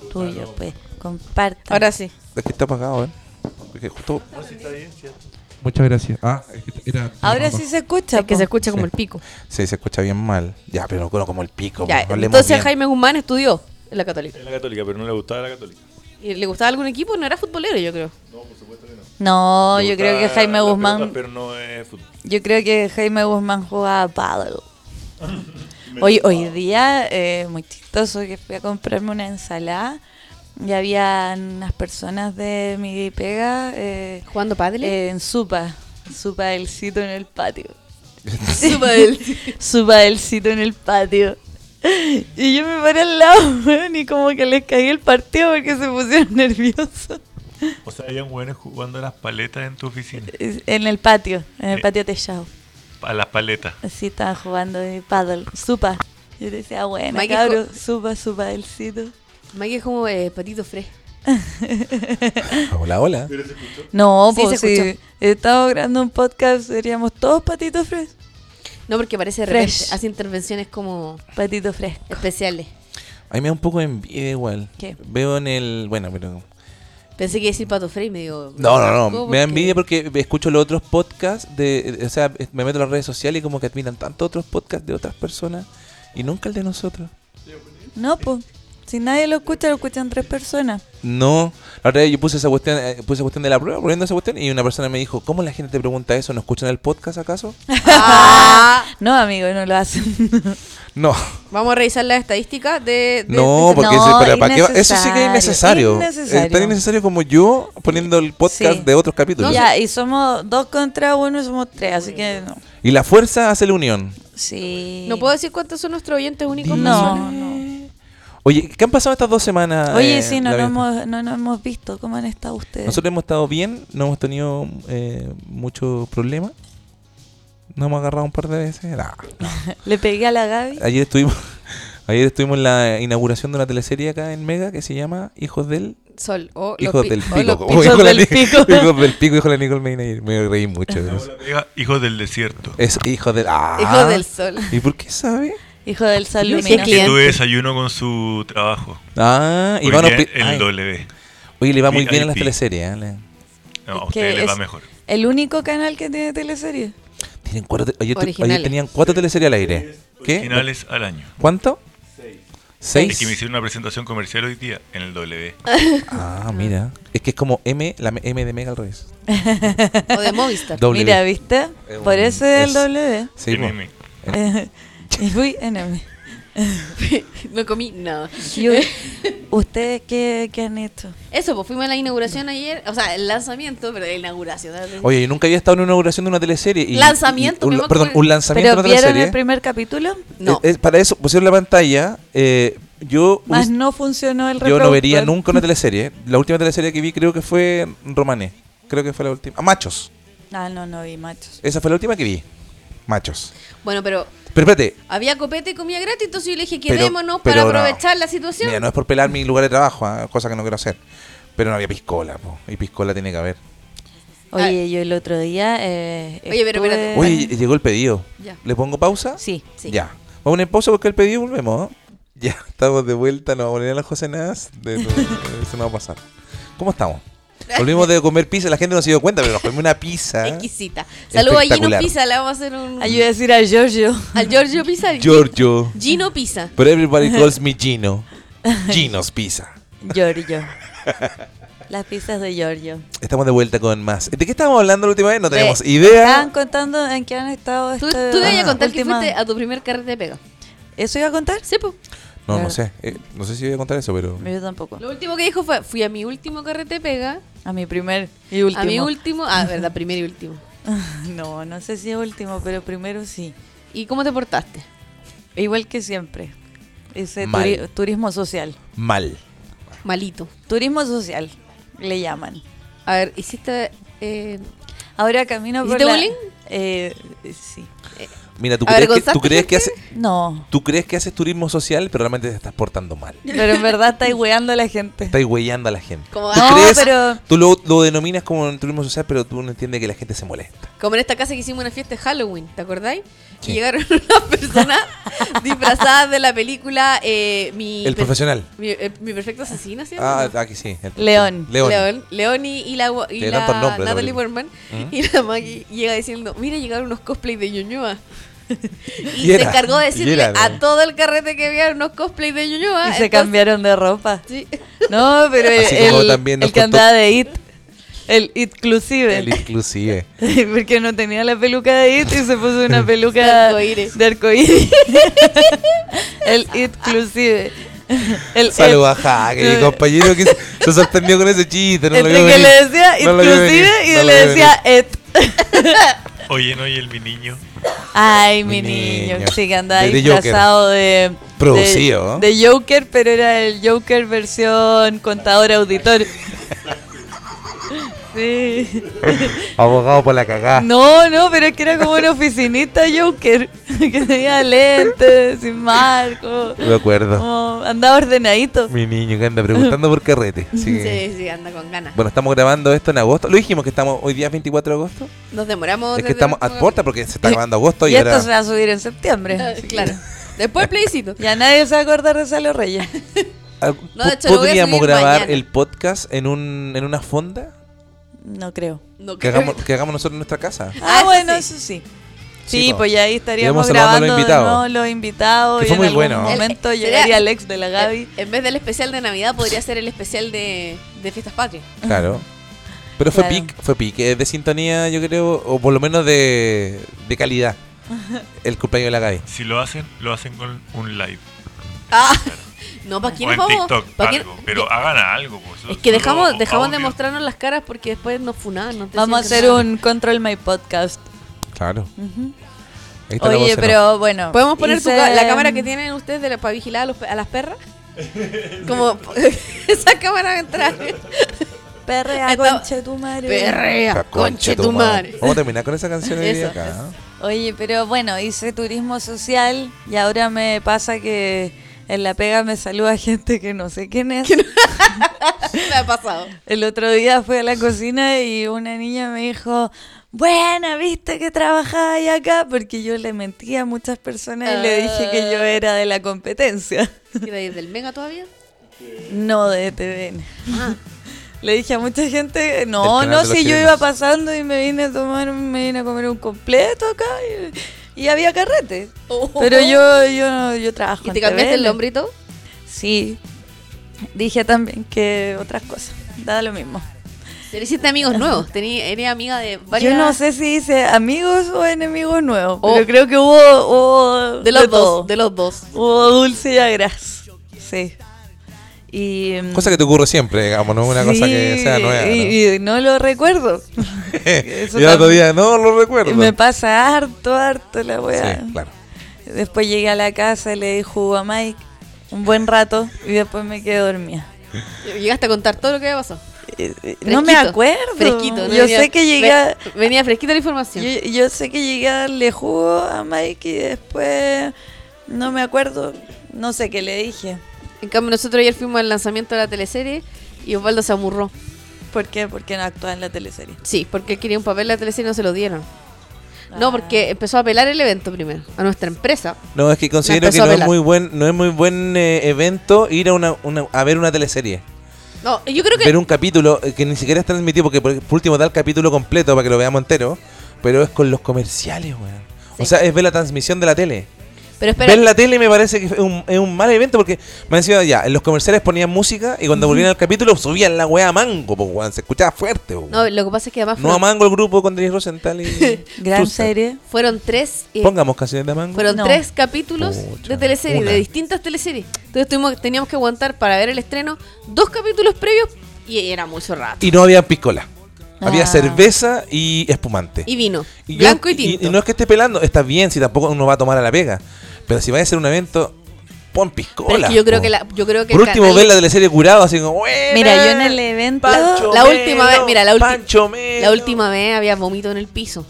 El tuyo, pues. Comparta.
Ahora sí.
Es que está apagado, ¿eh? Porque justo... Muchas gracias. Ah, es que era...
Ahora sí se escucha. po.
escucha
como el
pico.
Sí, se escucha bien mal. Ya, pero bueno, como el pico.
Ya,
pues, hablemos
entonces
bien.
Jaime Guzmán estudió en la Católica.
Es la católica, pero no le gustaba la católica.
¿Y le gustaba algún equipo? No era futbolero, yo creo.
No,
Le
yo creo que
gustaba
Jaime
las
Guzmán.
pelotas, Ah, pero no es fútbol.
Yo creo que Jaime Guzmán jugaba paddle. Hoy, hoy día, eh, muy chistoso, que fui a comprarme una ensalada y había unas personas de mi pega eh,
¿Jugando padre?
eh, en Supa, Supa delcito en el patio.
Supadel.
Supa delcito en el patio. Y yo me paré al lado, weón, y como que les caí el partido porque se pusieron nerviosos.
O sea, habían hueones jugando a las paletas en tu oficina.
Es- En el patio, en el patio techado.
A las paletas.
Así estaba jugando de paddle, supa. Yo decía, bueno,
Mike
cabro,
dijo-
supa, supa delcito.
Mike es como eh, patito fres.
Hola, hola.
No,
Sí,
pues
se
si estaba grabando un podcast, seríamos todos patitos fres,
No, porque parece de
Fresh.
repente. Hace intervenciones como
patitos frescos.
especiales.
A mí me da un poco de envidia igual.
¿Qué?
Veo en el... Bueno, pero...
Pensé que iba a decir pato fres y me digo.
No, no,
¿cómo?
no. Me da
Porque-
envidia porque escucho los otros podcasts. De, o sea, me meto en las redes sociales y como que admiran tanto otros podcasts de otras personas y nunca el de nosotros.
No, pues, si nadie lo escucha, lo escuchan tres personas.
No, la otra vez yo puse esa cuestión, eh, puse esa cuestión de la prueba, poniendo esa cuestión, y una persona me dijo, ¿cómo la gente te pregunta eso? ¿No escuchan el podcast acaso?
Ah,
No, amigo, no lo hacen.
No,
Vamos a revisar las estadísticas de, este de-
no,
de-
porque
No,
ese- para- ¿para qué va? eso sí que es innecesario. Eh,
innecesario, innecesario.
Es tan innecesario como yo poniendo el podcast
Sí.
de otros capítulos.
ya, y somos dos contra uno y somos tres, así que no.
Y la fuerza hace la unión.
Sí.
No puedo decir cuántos son nuestros oyentes únicos.
No,
mensuales.
no.
Oye, ¿qué han pasado estas dos semanas?
Oye,
eh,
sí, no
la
nos
Bianca?
hemos, eh. no nos hemos visto. ¿Cómo han estado ustedes?
Nosotros hemos estado bien, no hemos tenido eh, muchos problemas. Nos hemos agarrado un par de veces. Nah, no.
Le pegué a la Gaby.
Ayer estuvimos ayer estuvimos en la inauguración de una teleserie acá en Mega que se llama Hijos del
Sol. O Oh, los
Hijos
pi-
del
o
Pico.
los
como
Picos
dijo la
del
Ni-
Pico.
Hijos del Pico, dijo la Nicole Medina ayer. Me reí mucho. de eso.
Diga, Hijos del desierto.
Es hijo del ah.
Hijos del Sol.
¿Y por qué sabe?
Hijo del salud.
Qué
Que
cliente.
tuve desayuno con su trabajo.
Ah,
Hoy
Iván
día
Ospi-
en
ay,
el W.
Oye, le va muy
VIP.
bien a las teleseries. ¿eh? Le-
No, a
Es que
ustedes les va
es-
mejor.
El único canal que tiene teleserie.
Tienen cuatro te- ayer, tu- ayer
Originales.
tenían cuatro teleseries al aire. ¿Qué?
Finales al año.
¿Cuánto?
Es
Seis.
que me hicieron una presentación comercial hoy día en el W.
Ah, mira. Es que es como M, la M de Mega al revés.
O de Movistar.
W.
Mira, ¿viste?
Es un-
Por eso es el
es-
W.
Sí, po.
MM.
y fui enemy.
no comí nada.
Y u- ¿Ustedes qué, qué han hecho?
Eso, pues fuimos a la inauguración ayer. O sea, el lanzamiento, pero la inauguración.
Oye, yo nunca había estado en una inauguración de una teleserie. Y,
Lanzamiento,
y- un-
me acuerdo
perdón,
que-
un lanzamiento de
¿Pero
una
vieron
teleserie.
el primer capítulo?
no.
Eh, eh, para eso pusieron la pantalla. eh, yo
Más
hubiese-
no funcionó el
yo
reproductor.
no vería nunca una teleserie. La última teleserie que vi creo que fue Romané. Creo que fue la última. Ah, Machos.
Ah, no, no vi, machos.
Esa fue la última que vi. Machos.
Bueno, pero
Pero espérate.
había copete y comida gratis, entonces yo le dije,
pero-
quedémonos
pero
para
no.
aprovechar la situación.
Mira, no es por pelar mi lugar de trabajo, ah, cosa que no quiero hacer. Pero no había piscola, po, y piscola tiene que haber.
Oye, yo el otro día. eh,
Ah. Oye, pero
estuve-
espérate.
Oye, llegó el pedido.
Ya.
¿Le pongo pausa?
Sí, sí.
Ya. Vamos a poner pausa porque el pedido y volvemos. ¿no? Ya, estamos de vuelta, nos vamos a poner a las josenadas. De, de- eso no va a pasar. ¿Cómo estamos? Volvimos de comer pizza, la gente no se dio cuenta, pero nos comimos una pizza.
Exquisita. Saludos a Gino
Espectacular.
Pisa, le vamos a hacer un.
Ay, yo iba a decir a Giorgio.
Al Giorgio Pisa.
Giorgio.
Gino Pisa.
But everybody calls me Gino. Gino's Pizza.
Giorgio. Las pizzas de Giorgio.
Estamos de vuelta con más. ¿De qué estábamos hablando la última vez? No tenemos
Ve, Estaban
idea.
contando en qué han estado.
Tú,
este-
tú ibas a
ah,
contar que
última-
fuiste a tu primer carrete de pega.
¿Eso iba a contar?
Sí, pues.
No, no sé. eh, no sé si voy a contar eso, pero.
Yo tampoco.
Lo último que dijo fue, fui a mi último carrete de pega.
A mi primer y último.
A mi último. Ah, verdad, primero y último.
No, no sé si último, pero primero sí.
¿Y cómo te portaste?
Igual que siempre. Ese
Mal.
turi- turismo social.
Mal.
Malito.
Turismo social, le llaman.
A ver, hiciste. eh,
Ahora camino por
¿Hiciste
la-
bullying?
Eh, sí.
Mira, ¿tú
A ver,
crees, que, tú,
¿gozaste,
crees que
gente?
hace,
No,
tú crees que haces turismo social, pero realmente te estás portando mal.
pero en verdad estáis weando a la gente.
Estás huellando a la gente.
como,
¿Tú
No,
crees?
"Ah, pero-
Tú lo, lo denominas como un turismo social, pero tú no entiendes que la gente se molesta.
como en esta casa que hicimos una fiesta de Halloween, ¿te acordáis?
Sí.
Y llegaron unas personas disfrazadas de la película eh, mi,
El
per-
profesional.
mi, eh, Mi perfecto asesino, ¿sí?
Ah, aquí sí. el-
León.
León.
León, León y, y la, gua- y
Tiene
la
tantos nombres esa
Natalie
película. ¿Mm?
Portman. Y la Maggie llega diciendo, mira, llegaron unos cosplays de Ñuñoa.
Y
Y,
era,
se encargó de
y
decirle
era,
a
¿no?
todo el carrete que vieron unos cosplays de Ñuñoa.
Y se
entonces-
cambiaron de ropa.
Sí.
No, pero
Así
el,
como también nos
el que
contó-
andaba de IT. El inclusive.
El inclusive.
Porque no tenía la peluca de IT y se puso una peluca
De arcoíris.
de arcoíris. el inclusive. El
Saludos a
It.
Jaque, mi compañero que se- se sorprendió con ese chiste. No lo
Entre
vio
que
venir.
le decía
No lo vio
inclusive
venir,
y
no lo
le
vio
decía et.
Oye, no, y el mi niño.
Ay,
Mi
mi niño,
niño.
sí que andaba
De- de
disfrazado de...
Producido,
De, de Joker, pero era el Joker versión contador auditor. Sí.
venir. Abogado por la cagada.
No, no, pero es que era como una oficinista Joker, que tenía lentes, sin marco,
De acuerdo.
como andaba ordenadito.
Mi niño que anda preguntando por carrete. Así que-
Sí, sí, anda con ganas.
Bueno, estamos grabando esto en agosto. Lo dijimos que estamos hoy día es 24 de agosto.
Nos demoramos.
es que
desde
estamos
el
a
último
puerta porque se está acabando agosto y,
Y esto
ahora.
se va a subir en septiembre.
capítulo.
así que
Ah, Claro. Después el plebiscito.
Ya nadie se va a acordar de Salo Reyes.
Ah,
No,
po-
de hecho, lo voy a
podríamos
subir
grabar
mañana.
el podcast en, un, en una fonda
No creo.
No
que
creo.
hagamos, que hagamos nosotros en nuestra casa.
Ah,
eso
bueno,
sí.
eso sí.
Sí,
Sí,
po.
pues ya ahí
Iremos
estaríamos
saludando a
grabando
los
los
invitados.
invitados. los invitados
Que
y
fue
en
muy
algún
bueno.
momento
El-
llegaría
sería-
el ex de la Gaby.
Eh, En- En vez del especial de Navidad, podría ser el especial de, de Fiestas Patrias.
Claro. Pero fue
Claro.
pic, fue pic, eh, de sintonía, yo creo, o por lo menos de, de calidad. el cumpleaños de la Gaby.
Si lo hacen, lo hacen con un live.
Ah, no, ¿para
o
quiénes
en
vamos?
TikTok,
¿Para quién-
algo. Pero hagan algo. pues.
Es que
Solo
dejamos, dejamos de
audio.
mostrarnos las caras porque después nos funaban. no te
Vamos a
sientes
hacer
nada.
un Control My Podcast.
Claro. Ahí está la
Oye,
voz en off.
pero bueno.
¿Podemos poner tu
hice,
ca- la cámara que
mm,
tienen ustedes de la- para vigilar a, los pe- a las perras? Como esa cámara va a entrar.
Perrea,
Esta-
conche tu madre.
Perrea,
La
conche tu madre.
Vamos a terminar con esa canción hoy día
Eso.
acá. ¿no?
Oye, pero bueno, hice turismo social y ahora me pasa que en la pega me saluda gente que no sé quién es.
Oh.
Me ha pasado.
El otro día fui a la cocina y una niña me dijo, buena, viste que trabajáis acá, porque yo le mentí a muchas personas y le dije que yo era de la competencia,
¿Y de- del Mega todavía?
no de TVN.
Ah.
Le dije a mucha gente, no,
canal
no,
de los
si yo
chilenos".
iba pasando y me vine a tomar, me vine a comer un completo acá y, y había carrete. Pero yo, yo, yo trabajo
¿Y
en
te cambiaste el
TVN.
nombre y todo?
Sí. Dije también que otras cosas. Da lo mismo.
Te hiciste amigos nuevos. Tení, eres amiga de varias.
Yo no sé si hice amigos o enemigos nuevos.
Oh.
Pero creo que hubo, hubo
De los dos.
todo.
De los dos.
Hubo dulce y agras. Sí. Y, mm,
Cosa que te ocurre siempre, digamos, no es una cosa que
sí,
sea nueva. ¿no?
Y, y no lo recuerdo. eso
Yo el otro
también.
día no lo recuerdo.
Me pasa harto, harto la weá.
Sí, claro.
Después llegué a la casa, le di jugo a Mike un buen rato y después me quedé dormida.
Llegaste a contar todo lo que había pasado.
Eh, eh, no me
Fresquito,
acuerdo.
Fresquito. no
yo
venía-
sé que llegué a,
ve- Venía fresquita la información.
yo, yo sé que llegué a darle jugo a Mike y después no me acuerdo. No sé qué le dije.
En cambio, nosotros ayer fuimos al lanzamiento de la teleserie y Osvaldo se amurró.
¿Por qué? Porque no actúa en la teleserie.
Sí, porque él quería un papel de la teleserie y no se lo dieron.
Ah.
No, porque empezó a apelar el evento primero, a nuestra empresa.
No, es que considero que
empezó a
no es
pelar.
muy buen, no es muy buen eh, evento ir a, una, una- a ver una teleserie.
No, yo creo que
Ver un capítulo eh, que ni siquiera es transmitido, porque por, por último da el capítulo completo para que lo veamos entero, pero es con los comerciales, weón. O sea, es ver la transmisión de la tele.
Pero espera,
Ver la tele me parece que es un, es un mal evento porque me han sido ya, en los comerciales ponían música y cuando volvían al capítulo subían la weá a mango, po, weón. Se escuchaba fuerte, po,
no,
weón.
lo que pasa es que además
No a
fueron,
mango el grupo con Denis Rosenthal y.
Gran
Trustar.
serie.
fueron tres eh,
Pongamos canciones de mango.
fueron
No.
tres capítulos
Pucha,
de teleserie,
una.
de distintas teleseries. Entonces tuvimos, teníamos que aguantar para ver el estreno dos capítulos previos y era mucho rato.
Y no había piscola. Había
Ah.
cerveza y espumante.
Y vino,
Y yo-
blanco y tinto.
Y, no es que esté pelando, está bien si tampoco uno va a tomar a la pega. Pero si va a hacer un evento, pon piscola.
Pero es que yo creo
po.
que la, yo creo que
Por
el
último,
canal-
ver la teleserie curado, así como, "Buena,
Mira, yo en el evento.
Pancho
La última
Melo,
vez- mira, la ulti-
Pancho Melo".
la última vez había vómito en el piso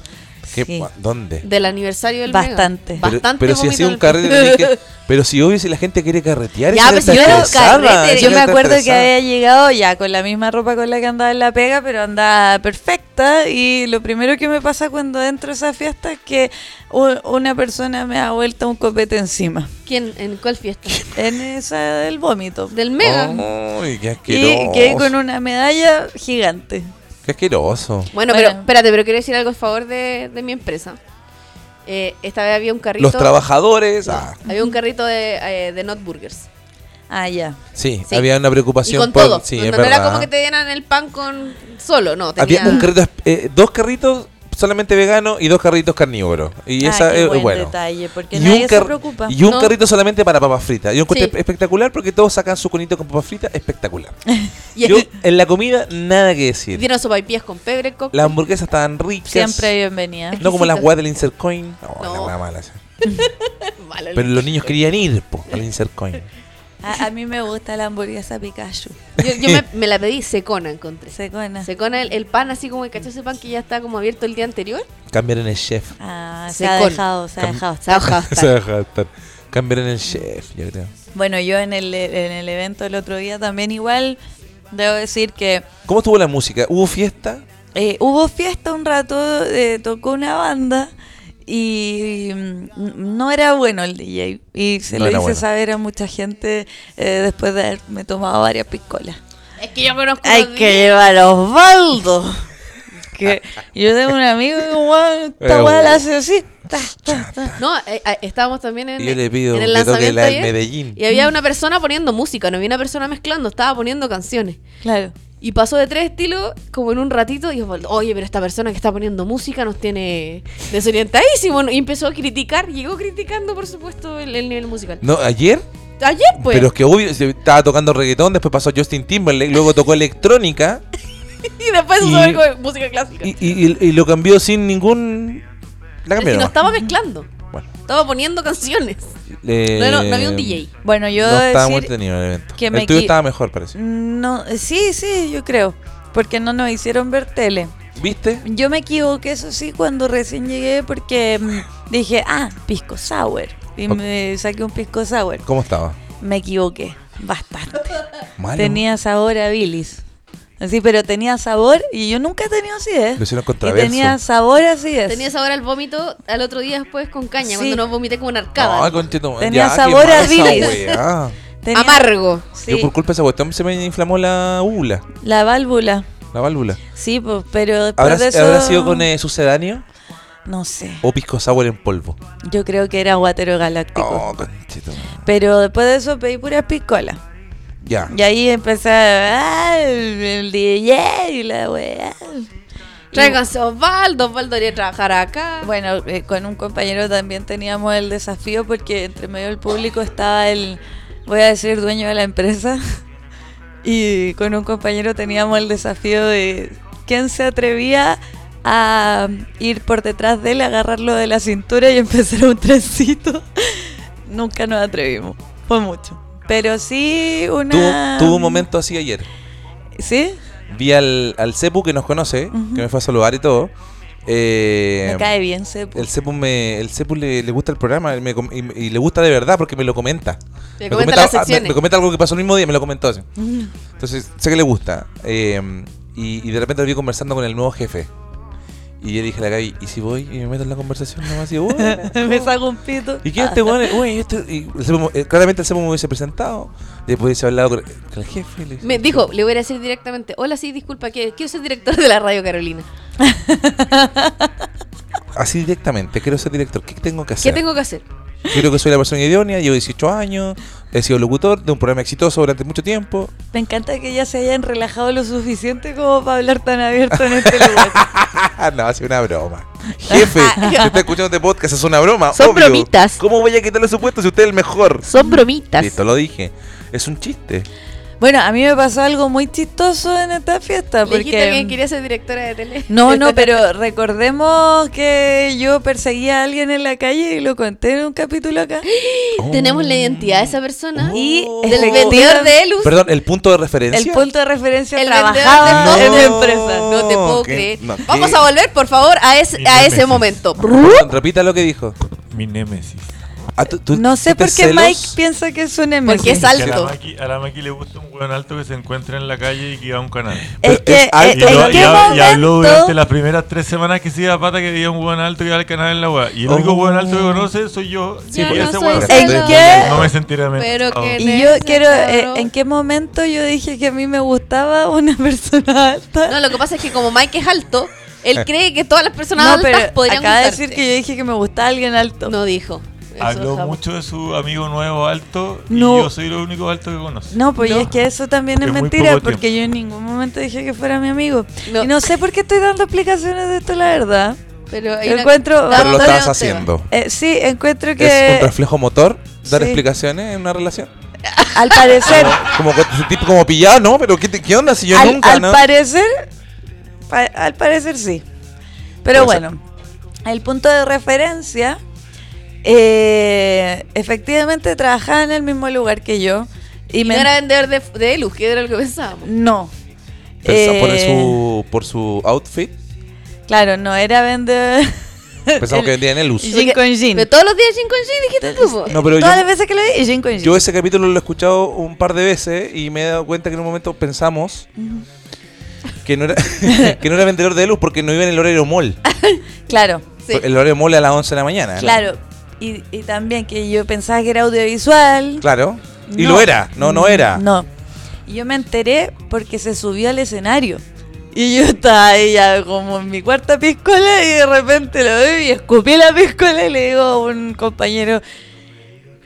¿Qué-
Sí.
cua- ¿Dónde?
del aniversario del
Bastante.
Mega.
Pero-
Bastante
pero, si
vómito
hacía
en
un
el
carrete,
piso.
tenés que- pero si obvio si la gente quiere carretear,
Ya,
esa
pues
gente
si yo era un
estresada,
carrete,
esa
Yo
gente
me
está
acuerdo que
estresada.
había llegado ya con la misma ropa con la que andaba en la pega, pero andaba perfecta. Y lo primero que me pasa cuando entro a esa fiesta es que u- una persona me ha vuelto un copete encima.
¿Quién? ¿En cuál fiesta?
En esa del vómito.
Del Mega.
Oh. Ay, qué
Y
asqueroso.
quedé con una medalla gigante.
Qué asqueroso.
Bueno,
Bueno.
pero espérate, pero quiero decir algo a favor de, de mi empresa. Eh, esta vez había un carrito.
Los trabajadores. Ah,
Había un carrito de, eh, de Not Burgers.
Ah, ya.
sí,
Sí.
había una
Y
preocupación
con
por-
todo.
sí,
no
es
no era
verdad.
como que te dieran el pan con solo, no. Tenía...
Había un carrito, eh, dos carritos solamente vegano y dos carritos carnívoros. Y
Ah,
esa
qué
es
buen
bueno.
detalle, porque nadie se
car-
preocupa.
y un
No.
carrito solamente para papas fritas. Yo encuentro
Sí.
espectacular porque todos sacan su conito con papas fritas, espectacular.
Y-
Yo en la comida nada que
y
decir.
dieron sopaipillas con pebre, coco.
Las hamburguesas estaban ricas.
Siempre bienvenida.
no como las
exquisitas.
guas del Insert Coin. No,
No.
la wea mala esa.
Malo,
Pero los niños querían ir po, al Insert Coin.
A, a mí me gusta la hamburguesa Pikachu.
Yo, yo me, me la pedí secona, encontré.
Secona.
Secona, el, el pan así como el cacho ese pan que ya está como abierto el día anterior.
Cambiaron el chef.
Ah, se
Secona.
ha dejado, se ha dejado.
Se ha bajado
Se deja de estar. Cambiaron el chef, yo creo.
Bueno, yo en el, en el evento el otro día también igual debo decir que
¿Cómo estuvo la música? ¿Hubo fiesta?
eh, hubo fiesta un rato, eh, tocó una banda y mm, no era bueno el DJ y se
No
lo
era
hice
bueno.
saber a mucha gente eh, después de haberme tomado varias piscolas.
Es que yo conozco.
Hay
los
que llevar a Osvaldo. Que yo tengo un amigo que weón, esta
Eh,
weá
bueno.
la hace así. ta, ta, ta.
No, eh, eh, estábamos también en,
Y yo le pido
en el
que toque
lanzamiento
la del
ayer,
Medellín.
Y había una persona poniendo música, no había una persona mezclando, estaba poniendo canciones.
Claro.
Y pasó de tres estilos como en un ratito y dijo, oye, pero esta persona que está poniendo música nos tiene desorientadísimo. Y empezó a criticar, llegó criticando, por supuesto, el, el nivel musical.
No, ayer,
Ayer, pues.
pero es que obvio, se- estaba tocando reggaetón, después pasó Justin Timberlake, luego tocó electrónica
y después
y-
usó algo de música clásica.
y, y- y- y lo cambió sin ningún. La
y
cambiaron.
no
nomás.
estaba mezclando.
Bueno.
Estaba poniendo canciones.
Eh,
No, no, no había un DJ.
Bueno, yo
No estaba muy
decir-
entretenido el evento.
que
el
me
tuyo
equi-
estaba mejor, parece.
No, sí, sí, yo creo. Porque no nos hicieron ver tele.
¿Viste?
Yo me equivoqué, eso sí, cuando recién llegué porque mm, dije, ah, pisco sour. Y
Ok.
me saqué un pisco sour.
¿Cómo estaba?
Me equivoqué bastante.
Ah, Malo.
Tenía sabor a bilis. Así, pero tenía sabor y yo nunca he tenido acidez.
Lo hicieron
y
contraverso.
tenía sabor a acidez.
Tenías ahora el vómito al otro día después con caña,
Sí.
cuando no vomité como una arcada.
Ay, conchetum-
Tenía
qué
sabor a
mala esa
bilis.
weá.
Tenía-
Amargo.
Sí,
Yo por culpa de esa cuestión se me inflamó la úvula,
la válvula.
la válvula.
Sí, pues, pero después
¿Habrá,
de eso...
habrá sido con eh, sucedáneo
No sé.
o pisco sour en polvo?
Yo creo que era guatero galáctico.
Oh, conchetum-
Pero después de eso pedí puras piscolas.
Ya.
Y ahí empecé a... ah, el, el DJ y la weá.
Tráiganse a Osvaldo, Osvaldo iría a trabajar acá.
Bueno, eh, con un compañero también teníamos el desafío porque entre medio del público estaba el, voy a decir, dueño de la empresa. Y con un compañero teníamos el desafío de quién se atrevía a ir por detrás de él, agarrarlo de la cintura y empezar un trencito. Nunca nos atrevimos, fue mucho. Pero sí una...
Tuvo, tuvo un momento así ayer.
¿Sí?
Vi al, al Cepu que nos conoce,
Ujú.
que me fue a saludar y todo. Eh,
Me cae bien, Sepo.
El Cepu, me, el Cepu le, le gusta el programa él me com- y, y le gusta de verdad porque me lo comenta.
Te comentan las
ah, me-
secciones.
me comenta algo que pasó el mismo día, me lo comentó así. Entonces, sé que le gusta. eh, y, y de repente lo vi conversando con el nuevo jefe. Y yo dije a la Gaby, ¿y si voy y me meto en la conversación nomás? Y yo, "Buena".
Me saco un pito.
¿Y quién es este weón? Uy, este- y el Cepu- eh, claramente el Cepu me hubiese presentado. Después hubiese hablado con, con el jefe. le-
Me dijo, le voy a decir directamente, hola, sí, disculpa, que quiero ser director de la Radio Carolina.
Así directamente, quiero ser director. ¿Qué tengo que
¿Qué
hacer?
tengo que hacer?
Yo creo que soy la persona idónea, llevo 18 años, he sido locutor de un programa exitoso durante mucho tiempo.
Me encanta que ya se hayan relajado lo suficiente como para hablar tan abierto en este lugar.
no, es una broma. Jefe, si está escuchando este podcast, es una broma.
Son
obvio.
bromitas.
¿Cómo voy a quitarle su puesto si usted es el mejor?
Son bromitas.
Listo, lo dije. Es un chiste.
Bueno, a mí me pasó algo muy chistoso en esta fiesta
Le dijiste
Ah, porque
que quería ser directora de tele.
no, no, pero recordemos que yo perseguía a alguien en la calle y lo conté en un capítulo acá.
Tenemos la identidad de esa persona.
Y
del
efectiva-
vendedor de Elus.
Perdón, el punto de referencia.
el punto de referencia
El
trabajaba
vendedor
en
de
mi
Fox.
empresa.
No te puedo
¿Qué?
creer.
No,
Vamos
¿qué?
a volver, por favor, a, es- a ese
Nemesis.
momento.
Perdón,
Uh.
repita lo que dijo.
Mi némesis.
Ah, ¿tú- tú-
No sé
tú te
por qué
celos?
Mike piensa que es un enemigo.
Porque es
Que a la
alto.
Maki, a la Maki le gusta un hueón alto que se encuentra en la calle y que iba a un canal.
Es
Pero
que
es alto.
Eh, ¿en
Y,
este
lo-
qué
y ha- y habló durante
momento?
las primeras tres semanas que se iba a pata que había un hueón alto que iba al canal en la wea. Y el
Oh.
único hueón alto que conoce soy yo.
pues, Ya
y
no
ese
soy
hueón-
celosa.
¿En qué?
No me sentiré menos. Oh.
Pero que-
Y yo
Ese
quiero, eh,
cabrón.
¿en qué momento yo dije que a mí me gustaba una persona alta?
No, lo que pasa es que como Mike es alto, él cree que todas las personas
No,
altas
pero
podrían
acaba de
gustarte.
decir que yo dije que me gustaba alguien alto. No,
No dijo. Eso
Habló
jamás.
mucho de su amigo nuevo alto y
No.
yo soy lo único alto que conoce.
pues y es que eso también es,
Es muy
mentira,
poco
porque
tiempo.
yo en ningún momento dije que fuera mi amigo.
No.
Y no sé por qué estoy dando explicaciones de esto, la verdad.
Pero hay
Yo
una-
encuentro-
Pero lo
Estamos
estabas
hablando de un
haciendo.
Eh, sí, encuentro
¿Es un
que
reflejo motor dar
Sí.
explicaciones en una relación?
al parecer,
Como que ese tipo como pillado, ¿no? Pero ¿qué, te- qué onda si yo
al,
nunca,
al
no?
parecer, pa- al parecer sí. Pero
Puede
bueno, el punto de referencia, eh, efectivamente trabajaba en el mismo lugar que yo. Y,
Y
me...
no era vendedor de, de Elus, que era lo que pensábamos.
No.
Pensa- por,
Eh,
su, por su outfit,
Claro, no era vender.
pensamos que vendía en el uso.
Gin con gin.
Pero todos los días Jin con Jin dijiste tú. po.
No, pero yo,
Todas las veces que lo vi, gin con gin.
yo ese capítulo lo he escuchado un par de veces y me he dado cuenta que en un momento pensamos que no era, que no era vendedor de luz porque no iba en el horario mall.
Claro,
Sí.
El horario mall a las 11 de la mañana. ¿no?
claro. Y, y también que yo pensaba que era audiovisual.
Claro. Y
No.
lo era. No, no era.
No. Y yo me enteré porque se subió al escenario. Y yo estaba ahí ya como en mi cuarta piscola y de repente lo veo y escupí la piscola y le digo a un compañero.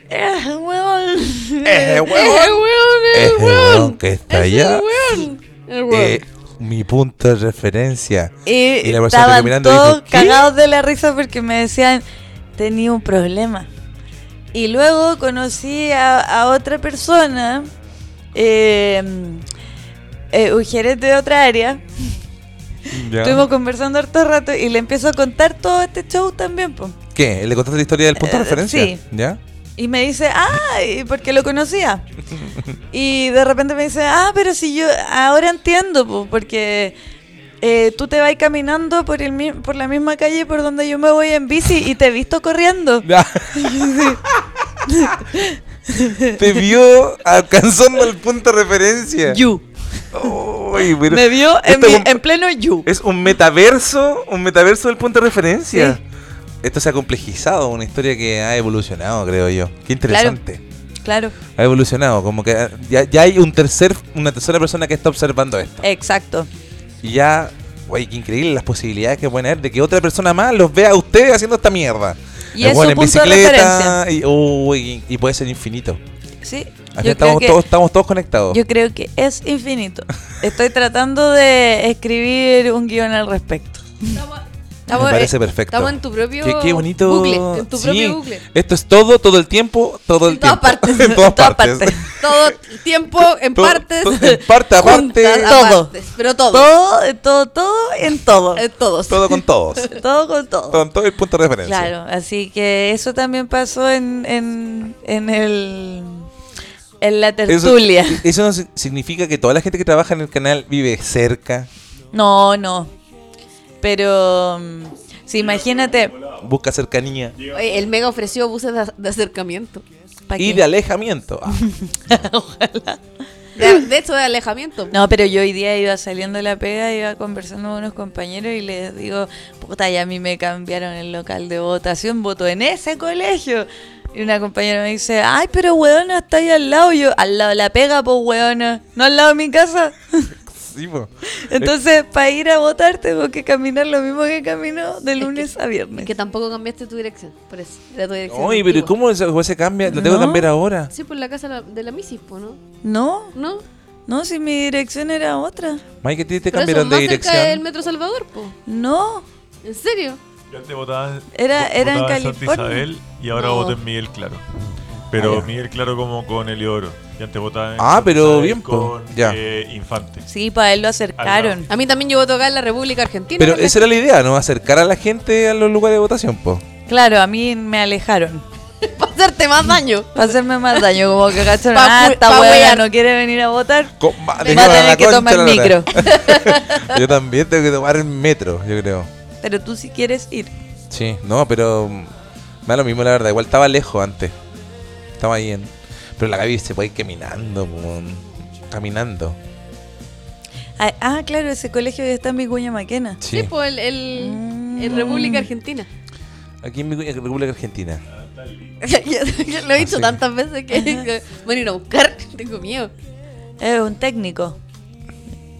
"Eh, huevón".
Ese huevón.
huevón,
Ese huevón que está allá.
El huevo.
eh, mi punto de referencia.
Y,
Y la persona
estaban
te mirando y dijo,
todos
"¿Qué?".
cagados de la risa porque me decían, tenía un problema. Y luego conocí a, a otra persona, eh, eh, un gerente de otra área.
Ya.
Estuvimos conversando harto rato y le empiezo a contar todo este show también. po.
¿Qué? ¿Le contaste la historia del punto de
Eh,
referencia?
sí.
¿Ya?
Y me dice, ah, y porque lo conocía. Y de repente me dice, ah, pero si yo ahora entiendo, po, porque eh, tú te vas caminando por, el, mi- por la misma calle por donde yo me voy en bici y te he visto corriendo.
Ya. Te vio alcanzando el punto de referencia.
You.
Uy, pero
Me vio en,
esto
mi-
es un-
en pleno you.
Es un metaverso, un metaverso del punto de referencia. Esto se ha complejizado, una historia que ha evolucionado, creo yo. Qué interesante.
Claro,
Ha evolucionado, como que eh, ya, ya hay un tercer, una tercera persona que está observando esto.
exacto.
Y ya, güey, qué increíble las posibilidades que pueden haber de que otra persona más los vea a ustedes haciendo esta mierda.
Y
El
es
weón
su punto de
y, uy, y- y puede ser infinito. Al
Sí,
final
yo creo,
estamos,
que,
todos, estamos todos conectados.
yo creo que es infinito. Estoy tratando de escribir un guión al respecto.
Me
Estamos-
parece
eh,
perfecto.
Estamos en tu propio
qué, qué bonito.
Google, en tu
Sí.
propio Google.
Esto es todo, todo el tiempo, todo el
En todas
tiempo.
partes.
en todas partes.
Todo el tiempo, en
Todo-
partes.
todo- en parte, aparte.
juntas,
Todo.
apartes, Pero todo.
Todo, eh, todo, todo en todo.
Eh, todos.
todo con todos.
Todo con todo.
Con todo el punto de referencia.
Claro, así que eso también pasó en, en, en el en la
Eso,
tertulia.
eso no si- significa que toda la gente que trabaja en el canal vive cerca,
No, no. Pero mm, sí, imagínate,
busca cercanía
Oye, el Mega ofreció buses de, de acercamiento.
¿pa'
y
qué?
de alejamiento. Ah,
De, de hecho, de alejamiento.
No, pero yo hoy día iba saliendo de la pega, iba conversando con unos compañeros y les digo, puta, ya a mí me cambiaron el local de votación, voto en ese colegio. Y una compañera me dice, ay, pero weona, está ahí al lado. Y yo, al lado de la pega, pues weona, no al lado de mi casa.
sí, po.
Entonces, para ir a votar tengo que caminar lo mismo que camino de lunes a viernes.
Que tampoco cambiaste tu dirección. Por eso. Era tu dirección.
Oye, pero ¿y
antigua.
¿cómo se, se cambia? Lo tengo que
No.
cambiar ahora.
Sí, por la casa de la- de la Misis, po, ¿no?
No,
¿No?
no, si mi dirección era otra.
Mike, ¿a ti te
Pero eso,
cambiaron de
más cerca del
dirección?
Metro Salvador, po.
No,
¿En serio?
Yo antes votaba,
Era-
vo-
era en
votaba Santa
California.
Isabel y ahora
No.
voto en Miguel Claro. Pero
Ah, ya.
Miguel Claro como con Eliodoro. Y antes votaba en
Ah,
Santa
pero
Isabel
bien, po.
con
Ya.
eh, Infante.
sí, para él lo acercaron.
A mí también yo voto acá en la República Argentina.
Pero
por la-
esa era la idea, ¿no? Acercar a la gente a los lugares de votación, po.
Claro, a mí me alejaron.
Para hacerte más daño.
Para hacerme más daño, como que cacharon,
Pa'
ah,
fu-
esta
pa'
weona
huear.
no quiere venir a votar.
Co-
Va a
de nuevo la
tener que
concha
tomar
de la lora.
micro.
Yo también tengo que tomar el metro, yo creo.
Pero tú sí quieres ir.
Sí, no, pero mm, me da lo mismo la verdad. Igual estaba lejos antes. Estaba ahí en. Pero la Gaby se puede ir caminando, po, mm, caminando.
Ah, ah, claro, ese colegio ya está en Vicuña Maquena.
Sí,
Sí.
po, el, el-
Mm.
el República Argentina.
Aquí en Vicuña- República Argentina.
Ya- ya- ya Lo he dicho
Así.
tantas veces que que van a ir a buscar. Tengo miedo.
Es un técnico.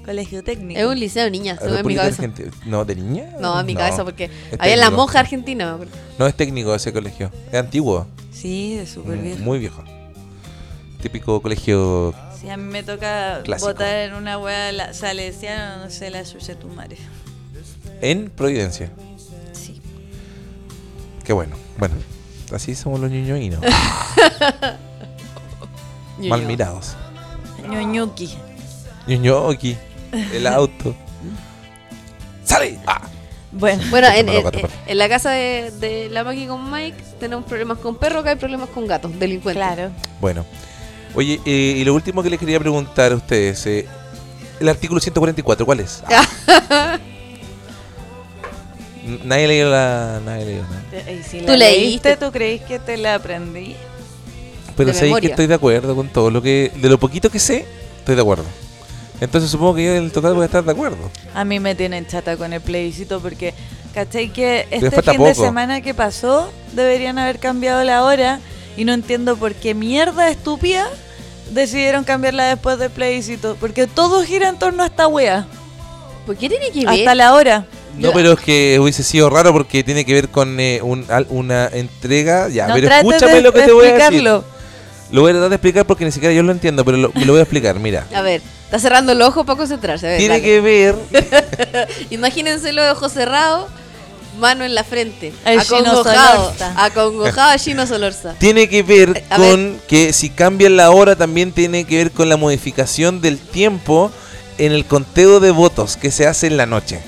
Colegio técnico.
Es un liceo, niña. Se ve en mi
República
cabeza.
Argentina. No, Este de niña.
No, en mi cabeza, porque
Es
había la
técnico.
monja argentina, me acuerdo.
No es técnico ese colegio. Es antiguo.
Sí, es súper
mm,
bien.
Muy viejo. Típico colegio.
Si a mí me toca
Clásico.
votar en una wea la salesiana, no sé, la suya tu madre.
En Providencia.
Sí.
Qué bueno. Bueno, así somos los ñoñoínos. Mal
Ñuñoa.
mirados.
Ñoñuki.
Ñoñoqui. El auto. ¡Sale! ¡Ah!
Bueno,
Bueno, en,
Malo,
en-
gato,
en-
perro.
en la casa de, de la Maki con Mike tenemos problemas con perros, acá hay problemas con gatos, delincuentes.
claro.
Bueno. Oye, eh, y lo último que les quería preguntar a ustedes. eh, el artículo 144, ¿cuál es? Ah. N- nadie leyó la... Nadie leyó nada.
Y si
Tú
la
leíste.
¿Tú creís que te la aprendí?
Pero
de
sé que
memoria.
estoy de acuerdo con todo lo que... De lo poquito que sé, estoy de acuerdo. Entonces supongo que yo en el total voy a estar de acuerdo.
A mí me tienen chata con el plebiscito porque, ¿cachai? Que este
falta
fin de
poco.
semana que pasó deberían haber cambiado la hora y no entiendo por qué mierda estúpida decidieron cambiarla después del plebiscito. Porque todo gira en torno a esta wea.
¿Por qué tiene que ver?
Hasta la hora.
No,
Yo-
pero es que hubiese sido raro porque tiene que ver con eh, un- al- una entrega. Ya,
no
pero
trates
escúchame
de
lo que te voy a decir.
explicarlo.
Lo voy a tratar de explicar porque ni siquiera yo lo entiendo, pero lo, lo voy a explicar. Mira,
A ver, Está cerrando el ojo para concentrarse. a ver,
Tiene
Eh, dale.
que ver.
Imagínenselo de ojo cerrado, mano en la frente.
El Gino
acongojado.
Solorza.
Acongojado a Gino Solorza.
Tiene que ver
A ver.
con que si cambian la hora también tiene que ver con la modificación del tiempo en el conteo de votos que se hace en la noche.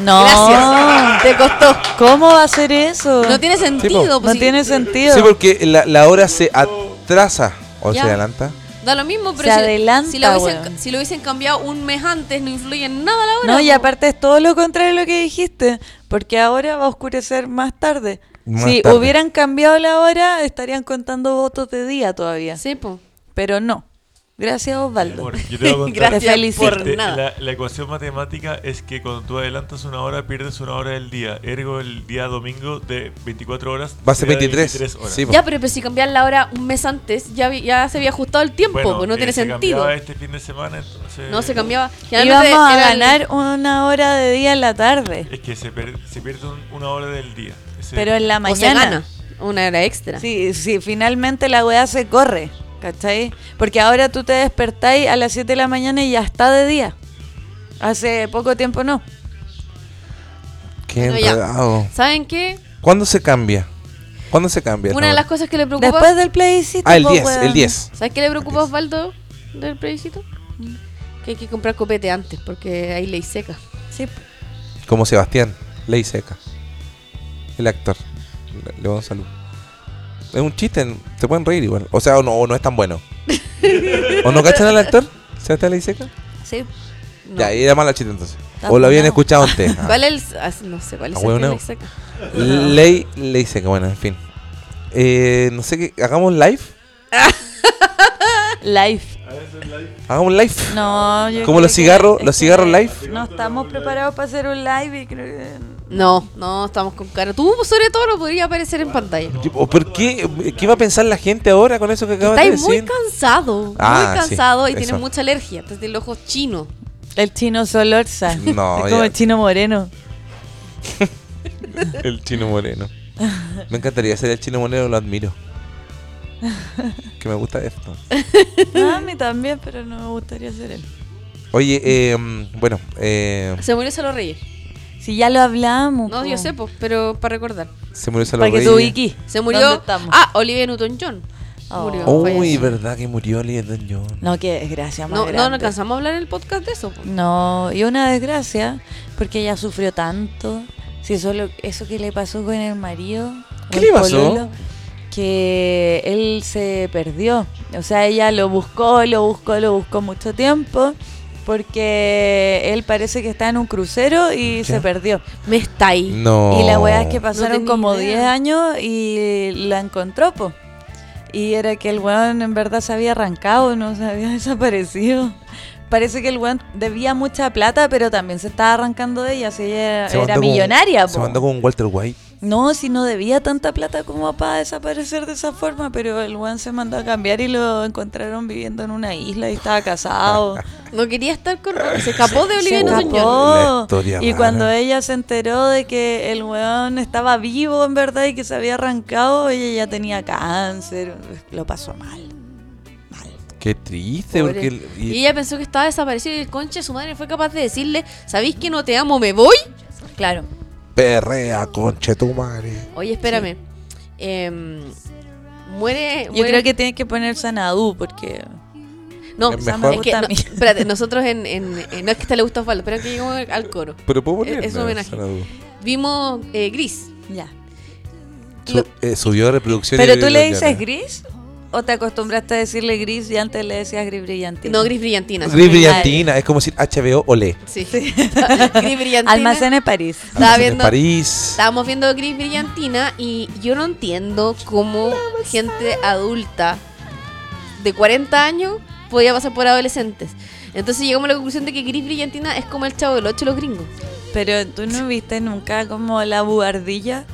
No.
Gracias. Te costó.
¿Cómo va a ser eso?
No tiene sentido.
po.
pues,
No
sí.
tiene sentido.
Sí, porque la, la hora se atrasa o
Ya.
se adelanta.
Da lo mismo, pero
Se
si,
adelanta,
si, la hubiesen,
weón.
si lo hubiesen cambiado un mes antes, no influye en nada la hora.
No, y
po.
aparte es todo lo contrario de lo que dijiste, porque ahora va a oscurecer más tarde.
Más
si
tarde.
hubieran cambiado la hora, estarían contando votos de día todavía.
Sí, po.
Pero no. Gracias, Osvaldo.
Amor, yo te voy a contar.
Gracias
Te felicito.
por
Te-
nada.
este, La, la ecuación matemática es que cuando tú adelantas una hora, pierdes una hora del día. Ergo, el día domingo de 24 horas.
Va a ser
será de
23.
horas.
Sí, po.
Ya, pero, pero si cambiar la hora un mes antes, ya, vi- ya se había ajustado el tiempo,
Bueno,
pues no
eh,
tiene
se
sentido.
cambiaba este fin de semana, entonces-
No se cambiaba.
Y
Generalmente
vamos a
era el-
ganar una hora de día en la tarde,
Es que se, per- se pierde un- una hora del día. Ese-
pero en la
o se
mañana.
gana una hora extra.
Sí, sí, finalmente la weá se corre, ¿cachai? Porque ahora tú te despertáis a las 7 de la mañana y ya está de día. Hace poco tiempo no.
pues, Qué
Bueno, ya.
enredado.
¿Saben qué?
¿Cuándo se cambia? ¿Cuándo se cambia?
Una
esta
de las
hora?
cosas que le preocupa.
Después del plebiscito.
Ah, el
po,
10, el
weón.
10.
¿Sabes qué le preocupa a Osvaldo del plebiscito?
Mm.
Que hay que comprar copete antes, porque hay ley seca.
Sí,
Como Sebastián, ley seca. El actor. Le, le doy salud. Es un chiste, se pueden reír igual. O sea, o no, o no es tan bueno. ¿O no cachan al actor? ¿Sebastián ley seca?
sí.
No.
Ya, era mala chiste entonces.
Está
O lo habían
funado.
escuchado antes. Ah.
¿Cuál es el.? ah, no sé, ¿cuál es
Ah,
el que
huevonao.
ley seca?
Ley, ley seca, bueno, en fin. Eh, no sé qué, hagamos live.
Live.
Hagamos live.
No, yo
Como
creo
los
que-
cigarros,
es
los
que
cigarros live.
No estamos preparados para hacer un live y creo que-
No, no, estamos con cara. Tú, sobre todo, no podría aparecer en pantalla.
Yo- ¿o ¿Por qué? ¿Qué va a pensar la gente ahora con eso que acabas de
Estás
decir?
muy cansado,
Ah,
muy cansado
sí,
y tienes
eso.
mucha alergia. Te tiene el ojo chino.
El chino Solorza.
No,
Es como
ya.
el chino moreno.
El chino moreno. Me encantaría ser el chino moreno, lo admiro. Que me gusta esto.
Ah, a mí también, pero no me gustaría ser él.
Oye, eh, bueno, eh,
Se murió Salo Reyes.
Si ya lo hablamos.
No,
po.
yo sé, pues, pero para recordar.
se murió Salo
Para que
Reyes.
tú wiki.
Se
¿Dónde
murió.
estamos?
Ah, Olivia Newton-John.
Oh.
Murió.
Uy,
falleció.
verdad que murió Liendon John.
No, qué desgracia más
No, no, no
grande.
alcanzamos a hablar en el podcast de eso. po.
No, y una desgracia, porque ella sufrió tanto. Si solo eso que le pasó con el marido. o
¿Qué
el
le pasó?
que él se perdió. O sea, ella lo buscó, lo buscó, lo buscó mucho tiempo. Porque él parece que está en un crucero y se perdió.
Me está ahí.
No.
Y la weá es que
No
pasaron
tenía
como
idea.
10 años y la encontró, po. Y era que el weón en verdad se había arrancado, no se había desaparecido. Parece que el weón debía mucha plata, pero también se estaba arrancando de ella, si ella
Se
era
mandó con-
millonaria,
Se
po.
mandó con Walter White.
No, si no debía tanta plata como para desaparecer de esa forma, pero el weón se mandó a cambiar y lo encontraron viviendo en una isla y estaba casado.
No quería estar con. Se escapó de Olivia
Se
Newton-John.
La
escapó.
historia
Y
rara.
cuando ella se enteró de que el weón estaba vivo en verdad y que se había arrancado, ella ya tenía cáncer, lo pasó mal.
Qué triste,
Pobre.
porque. el-
Y ella pensó que estaba desaparecido y el conche de su madre fue capaz de decirle: ¿Sabéis que no te amo? ¿Me voy?
Claro.
Perrea, conche tu madre.
Oye, espérame. Em, muere,
Yo
muere-
creo que tienes que poner Sanadú porque
No,
Es
es,
mejor.
que
Gusta a
no,
mí.
espérate, nosotros en, en- en- No es que esta le gusta a Osvaldo, pero que lleguemos al coro.
Pero
Eh,
puedo
Es-
poner.
es un homenaje. Vimos eh, Gris.
ya.
eh, subió reproducción.
Pero tú le dices gris o te acostumbraste a decirle gris y antes le decías gris brillante.
No, Gris Brillantina.
Gris brillantina, es como decir HBO Olé.
Sí. Gris Brillantina.
Almacenes París.
Estaba
Almacén de
viendo,
París.
estábamos viendo Gris Brillantina y yo no entiendo cómo gente adulta de 40 años podía pasar por adolescentes. Entonces llegamos a la conclusión de que Gris Brillantina es como el chavo del 8 los gringos.
Pero tú no viste nunca como la buhardilla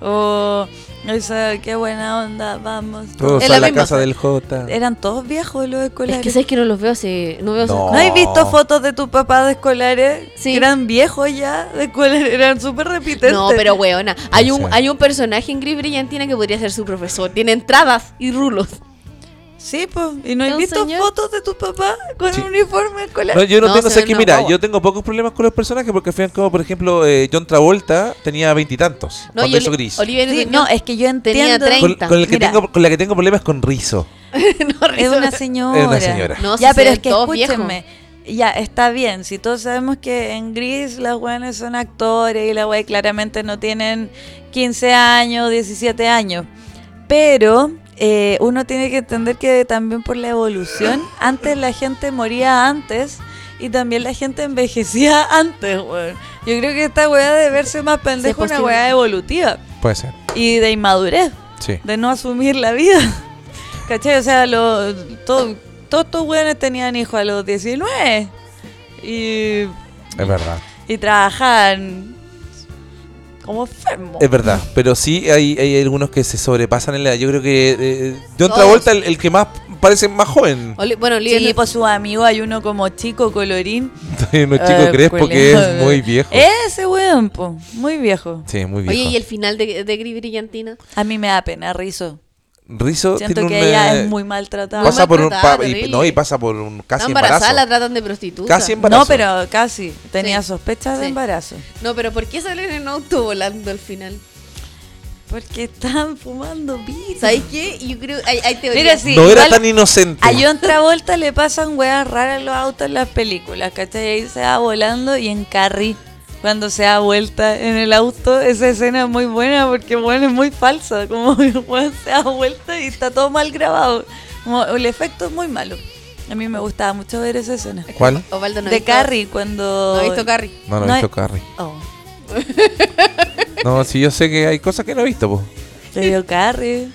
o esa qué buena onda, vamos.
Todos
Es
a
la
la
misma.
casa del J.
Eran todos viejos los
Es
escolares.
que sabes que no los veo hace. No veo hace-
No.
¿No has visto fotos de tu papá de escolares?
Sí.
Eran viejos ya, de escolares, eran súper repitentes.
No, pero weona, hay
No
un,
sé.
hay un personaje en Gris Brillantina que podría ser su profesor. Tiene entradas y rulos.
Sí, pues, ¿y no has
¿Un
visto
señor?
fotos de tu papá con
Sí.
uniforme escolar?
No, yo no,
No,
tengo,
se
sé
ve
que
una
mira,
guagua.
yo tengo pocos problemas con los personajes porque al fin y al cabo, por ejemplo, eh, John Travolta tenía veintitantos
No,
cuando
y
hizo
Oli-
Gris.
Oliver
Sí,
Union
no, es que yo
tenía
entiendo.
Con,
30.
con el que
Mira.
tengo, con la que tengo problemas es con Rizzo.
no,
Es
Rizzo.
una señora.
Es una señora.
No, si
ya,
se
pero
ven
es que
todos viejos.
escúchenme. Ya, está bien. Si todos sabemos que en Gris las weones son actores y las weones claramente no tienen 15 años, 17 años. Pero eh, uno tiene que entender que también por la evolución, antes la gente moría antes y también la gente envejecía antes, weón. Yo creo que esta weá de verse más pendejo es una
posible.
weá evolutiva
Puede ser.
y de inmadurez
Sí.
de no asumir la vida. ¿Cachai? O sea, lo, todo- todos estos weones tenían hijos a los 19 y,
Es verdad.
y trabajaban como enfermos.
Es verdad. Pero sí hay, hay algunos que se sobrepasan en la edad. Yo creo que eh, John
Todos.
Travolta, el, el que más parece más joven.
Oli- bueno, Oliver
Sí, pues, por su amigo hay uno como chico colorín.
no, chico,
Eh,
Crespo, que
culiao.
es muy viejo.
Ese weón, po, muy viejo.
Sí, muy
eh. Oye,
viejo.
¿y el final de, de Gris Brillantina?
A mí me da pena, rizo.
Rizzo
Siento
tiene
que
un,
ella
eh,
es muy maltratada.
pasa por un,
maltratada,
pa- y,
terrible.
no, y pasa por un casi
Está embarazada,
embarazo.
la tratan de prostituta.
Casi em- embarazo.
No, pero casi. Tenía
Sí.
sospechas de
Sí.
embarazo.
No, pero ¿por qué salen en auto volando al final?
Porque estaban fumando pizza.
¿Sabes qué? Yo creo. Hay, hay teorías.
Mira, sí,
no era
igual-
tan inocente.
A John Travolta le pasan weas raras los autos en las películas, ¿cachai? Ahí se va volando y en Carrie, cuando se da vuelta en el auto, esa escena es muy buena porque, bueno, es muy falsa. Como, weón, se da vuelta y está todo mal grabado. Como, el efecto es muy malo. A mí me gustaba mucho ver esa escena.
¿Cuál?
Osvaldo no ha
de
visto-
Carrie, cuando...
No he visto Carrie.
No, no he
No
visto
hay-
Carrie.
Oh,
No, sí, yo sé que hay cosas que no he visto, po.
te vio Carrie.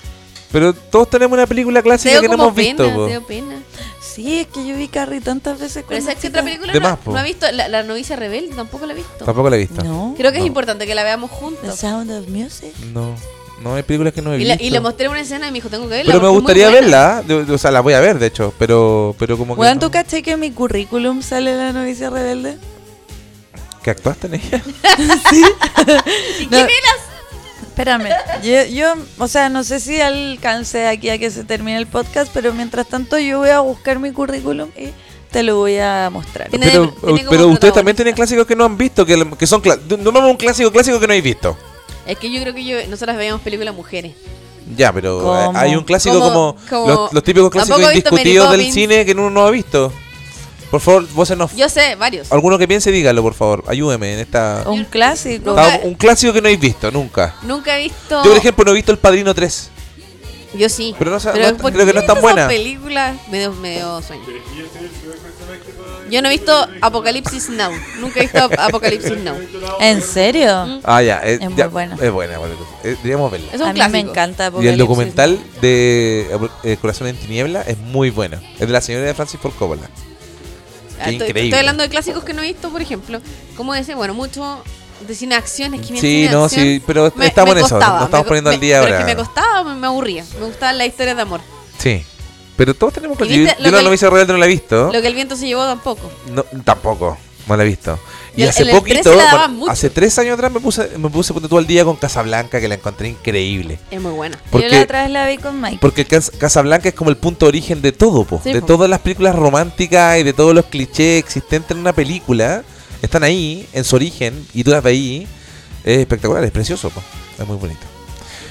Pero todos tenemos una película
Te
clásica
dio
que no
como
hemos
pena,
visto, po.
te dio pena.
Sí, es que yo vi Carrie tantas veces
Pero
cuando
¿sabes qué otra
chica.
película
De
no,
más, po.
no ha visto? La, la novicia rebelde tampoco la he visto.
Tampoco la he visto.
No,
Creo que
No.
es importante que la veamos
The
juntos.
Sound of Music.
No, no hay películas que no he
Y,
visto.
la- y le mostré una escena y me dijo, tengo que verla.
pero me
porque es muy
gustaría
buena".
verla, ¿eh? Yo- O sea, la voy a ver, de hecho. Pero, pero como que.
Weón,
no.
¿tú caché que en mi currículum sale la novicia rebelde?
¿Que actuaste en ella?
No. Espérame, yo, yo, o sea, no sé si alcancé aquí a que se termine el podcast, pero mientras tanto yo voy a buscar mi currículum y te lo voy a mostrar.
Tiene-
pero
tiene como
pero ustedes también
protagonista.
tienen clásicos que no han visto, que, que son. cla- No vamos a un clásico clásico que no he visto.
Es que yo creo que yo, nosotras veíamos películas mujeres.
Ya, pero
¿Cómo?
eh, hay un clásico como,
Como- como-
los, los típicos clásicos
Tampoco he visto
indiscutidos
Mary
del
Poppins.
cine que uno no ha visto. Por favor, vos nos.
Yo sé, varios.
Alguno que piense, dígalo, por favor. Ayúdeme en esta.
Un clásico.
nunca-
Está- Un clásico que no habéis visto, nunca.
Nunca he visto...
Yo, por ejemplo, no he visto El Padrino 3.
Yo sí.
Pero no sa- no-
¿por
creo que
qué
no es tan
esa
buena.
película me dio, me dio sueño. Yo no he visto Apocalipsis Now. Nunca he visto Ap- Apocalipsis Now.
¿En serio?
Ah, ya. eh,
Es muy
ya,
buena.
Es buena, bueno, eh, deberíamos verla.
Es
a
un
mí
clásico.
me encanta.
Y el
Apocalipsis.
documental de eh, Corazón en Tiniebla es muy bueno. Es de la señora de Francis Ford Coppola.
Ah,
Qué
estoy,
increíble.
estoy hablando de clásicos que no he visto, por ejemplo. Como ese, bueno, mucho de cine de acción. Es que mi
Sí,
cine de
no,
acción
sí, pero
me-
estamos
me
en eso,
costaba,
nos estamos
me co-
poniendo al
me-
día
pero
ahora.
es que me costaba, me, me aburría. Me gustaban las historias de amor.
Sí. Pero todos tenemos que...
¿Y viste
Yo,
lo
yo
que-
no lo hice real, no la he visto.
Lo que el viento se llevó tampoco.
No, tampoco, no la he visto. Y,
Y el-
hace
en el 13
poquito,
la daban
bueno,
mucho.
hace tres años atrás me puse, me puse ponte tú al día con Casablanca, que la encontré increíble.
Es muy buena.
Yo la
Porque,
otra vez la vi con Mike.
porque Cas- Casablanca es como el punto de origen de todo, po.
Sí,
de
po.
todas las películas románticas y de todos los clichés existentes en una película. Están ahí, en su origen, y tú las veí. Es espectacular, es precioso, po. es muy bonito.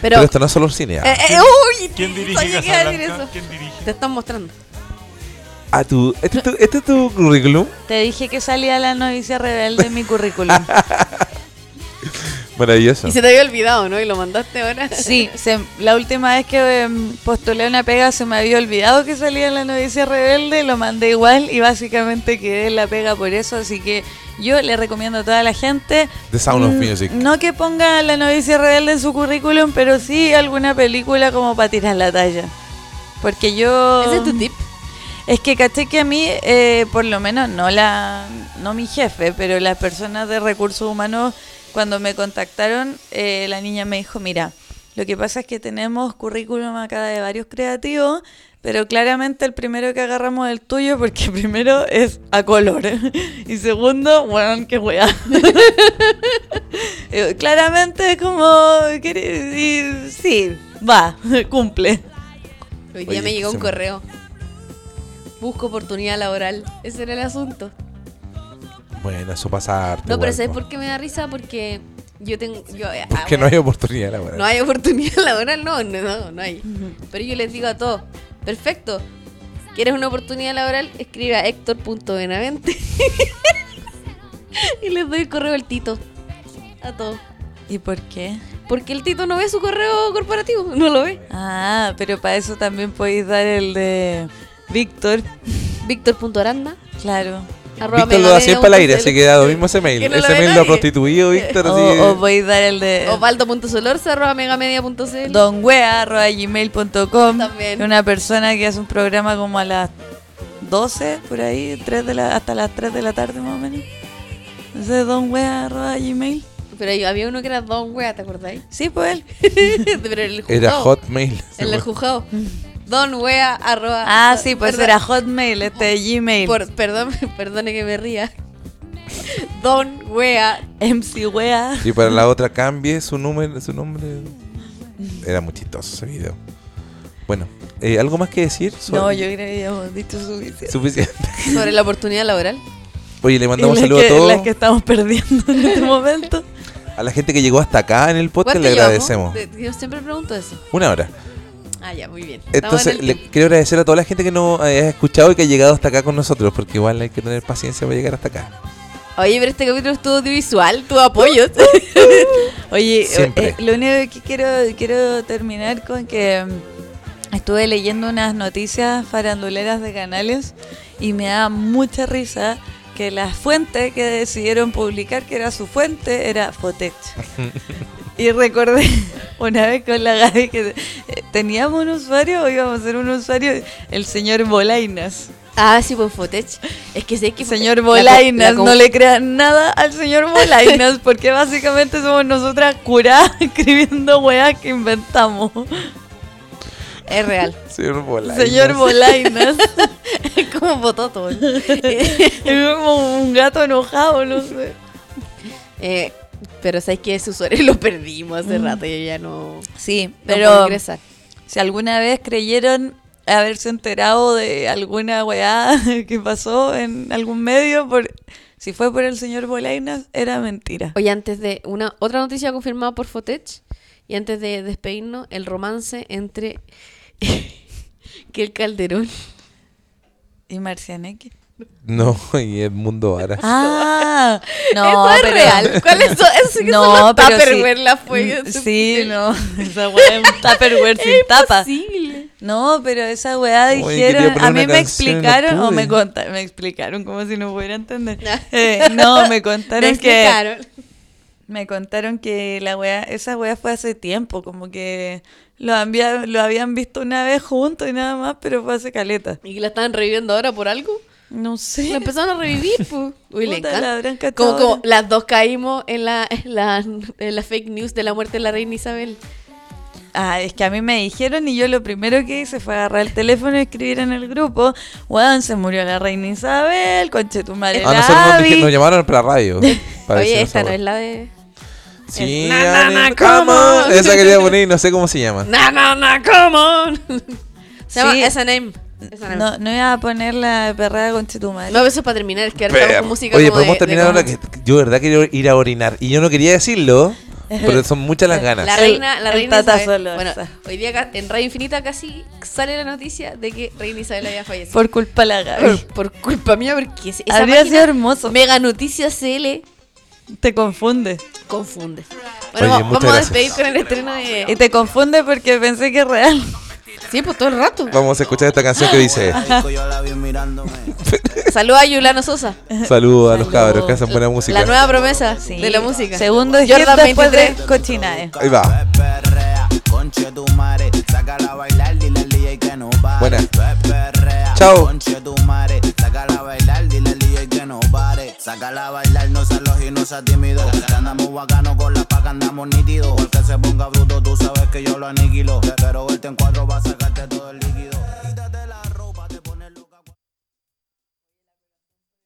Pero,
Pero.
esto no es solo cine. ah.
Eh, eh, uy,
¿Quién
sí,
dirige
sabía que iba a decir
Casablanca?
eso.
¿Quién
Te
dirige?
están mostrando.
Ah, tú- este, es tu- este es tu currículum.
Te dije que salía la novicia rebelde en mi currículum.
Maravilloso.
Y se te había olvidado, ¿no? Y lo mandaste ahora.
Sí, se- la última vez que em, postulé una pega se me había olvidado que salía en la noticia rebelde, lo mandé igual y básicamente quedé en la pega por eso, así que yo le recomiendo a toda la gente...
The Sound of
mm,
Music.
No que ponga la novicia rebelde en su currículum, pero sí alguna película como para tirar la talla. Porque yo...
Ese es tu tip.
Es que caché que a mí, eh, por lo menos, no la, no mi jefe, pero las personas de recursos humanos, cuando me contactaron, eh, la niña me dijo, mira, lo que pasa es que tenemos currículum acá de varios creativos, pero claramente el primero que agarramos es el tuyo, porque primero es a color. y segundo, bueno, qué weá. Eh, claramente es como, que- y- sí, va, cumple.
Hoy día
Oye,
me llegó
se
un
me-
correo. Busco oportunidad laboral. Ese era el asunto.
Bueno, eso pasa harto.
No,
igual,
pero ¿sabes
po.
por qué me da risa? Porque yo tengo. Yo, ah,
Porque no
bueno,
hay oportunidad laboral.
no hay oportunidad laboral, no, no, no, no hay. Pero yo les digo a todos: perfecto. ¿Quieres una oportunidad laboral? Escribe a Héctor.benavente. y les doy el correo al Tito. A todos.
¿Y por qué?
Porque el Tito no ve su correo corporativo, no lo ve.
Ah, pero para eso también podéis dar el de Víctor.
Víctor.aranda.
Claro.
arroba
Víctor lo da
megalodea
siempre al aire,
punto
así
cl.
que da lo mismo ese mail.
Que no lo
ese
ve
mail lo ha
nadie. Oh,
prostituido Víctor. así-
O, o podéis dar el de
Osvaldo.solorza, arroba megamedia.cl.
donwea.gmail.com.
También.
Una persona que hace un programa como a las 12, por ahí, 3 de la, hasta las 3 de la tarde más o menos. Entonces, donwea.gmail.
Pero ahí había uno que era Don Wea, ¿te acordáis?
Sí, pues él.
Pero el juzgado.
Era hotmail.
El del juzgado. Don Wea, arroba.
Ah, sí, pues
Perdón,
era Hotmail, este de Gmail.
por- perdón, perdone que me ría. Don Wea.
MC Wea.
Y para la otra cambie su número, su nombre. Era muy chistoso ese video. Bueno, eh, ¿algo más que decir? Sobre-
No, yo creo que ya hemos dicho suficiente.
Suficiente.
Sobre la oportunidad laboral.
Oye, le mandamos
Y
un
las
saludo a
que-
todos.
Las que estamos perdiendo en este momento.
A la gente que llegó hasta acá en el podcast
¿Cuánto
le
llevamos?
agradecemos.
Te- Yo siempre pregunto eso.
Una hora.
Ah, ya, muy bien. Estamos en
Entonces,
el
le
tiempo.
quiero agradecer a toda la gente que nos eh, ha escuchado y que ha llegado hasta acá con nosotros, porque igual hay que tener paciencia para llegar hasta acá.
Oye, pero este capítulo estuvo audiovisual, tu apoyo.
Oye,
Siempre.
eh, lo único que quiero, quiero terminar con que mm, estuve leyendo unas noticias faranduleras de canales y me da mucha risa que la fuente que decidieron publicar, que era su fuente, era Fotech. Y recordé una vez con la Gaby que eh, teníamos un usuario o íbamos a ser un usuario, el señor Bolainas.
ah, sí, pues Fotech. Es que sé que.
Señor
la-
Bolainas,
la-
no le crean nada al señor Bolainas, porque básicamente somos nosotras curadas escribiendo weas que inventamos.
Es real.
Señor Bolainas.
Señor Bolainas,
Es como Bototo.
es como un gato enojado, no sé.
Eh, pero sabes que ese usuario lo perdimos hace rato. Yo ya no.
Sí,
no puedo
pero
ingresar.
si alguna vez creyeron haberse enterado de alguna weá que pasó en algún medio, por, si fue por el señor Bolainas, era mentira.
Oye, antes de. una Otra noticia confirmada por Fotech. Y antes de despedirnos, el romance entre. que el Calderón.
¿Y Marcianeque?
No, y Edmundo Ara.
Ah, no,
Eso es
pero-
real. ¿Cuál es eso? Eso que son los
pero
Tupperware,
sí.
la fue.
Mm, Sí, no, esa weá es un Tupperware sin tapa.
Imposible.
No, pero esa weá
Oye, quería
dijeron,
poner
a mí
una
me
canción y no
explicaron, o
pude.
me contaron, me explicaron como si no pudiera entender. Eh, no, me
Me
contaron que,
explicaron.
me contaron que la weá, esa weá fue hace tiempo, como que lo, había- lo habían visto una vez juntos y nada más, pero fue hace caleta.
¿Y que la estaban reviviendo ahora por algo?
No sé.
La empezaron a revivir, pues. Uy, le
Puta,
encanta.
la habrán cachado
como, como
ahora.
las dos caímos en la, en, la, en la fake news de la muerte de la reina Isabel.
Ah, es que a mí me dijeron y yo lo primero que hice fue agarrar el teléfono y escribir en el grupo, weón, se murió la reina Isabel, conche tu madre.
Ah,
la
nosotros nos,
Abby".
dije- nos llamaron para la radio. para
Oye,
decirnos
esta no
esa
es la de.
hueá. Sí,
Na, na, na,
Ana, cama.
come on.
Esa quería poner y no sé cómo se llama.
Na, na, na, come on. Se
Sí.
llama Esa Name. Esa Name. No,
No, no iba a poner la perrada conche tu madre.
no eso es para terminar, es que ahora estamos con música.
Oye,
como
podemos
de- de
terminar ahora
como-
que yo de verdad quiero ir a orinar. Y yo no quería decirlo, pero son muchas las ganas.
La reina, la
El- el
reina
Tata
Isabel.
Solorza.
Bueno, hoy día acá en Radio Infinita casi sale la noticia de que Reina Isabel había fallecido.
Por culpa de la Gaby.
Por, por culpa mía, porque esa
Habría
página,
sido hermoso.
Mega Noticias CL
Te confunde.
confunde. Bueno,
Oye,
va-
muchas
vamos a
gracias.
despedir con el estreno
Y
de.
te confunde porque pensé que es real.
Sí, pues todo el rato.
Vamos a escuchar esta canción que dice:
Saluda a Yulano Sosa.
Saludos a los cabros que hacen buena música.
La nueva promesa
Sí.
de la música.
Segundo hit
Jordan
después
23.
de Cochinae.
Ahí va. Buena. Chao.
Andamos nítido, el que se ponga bruto, tú sabes que yo lo aniquilo. Pero verte en cuatro va a sacar.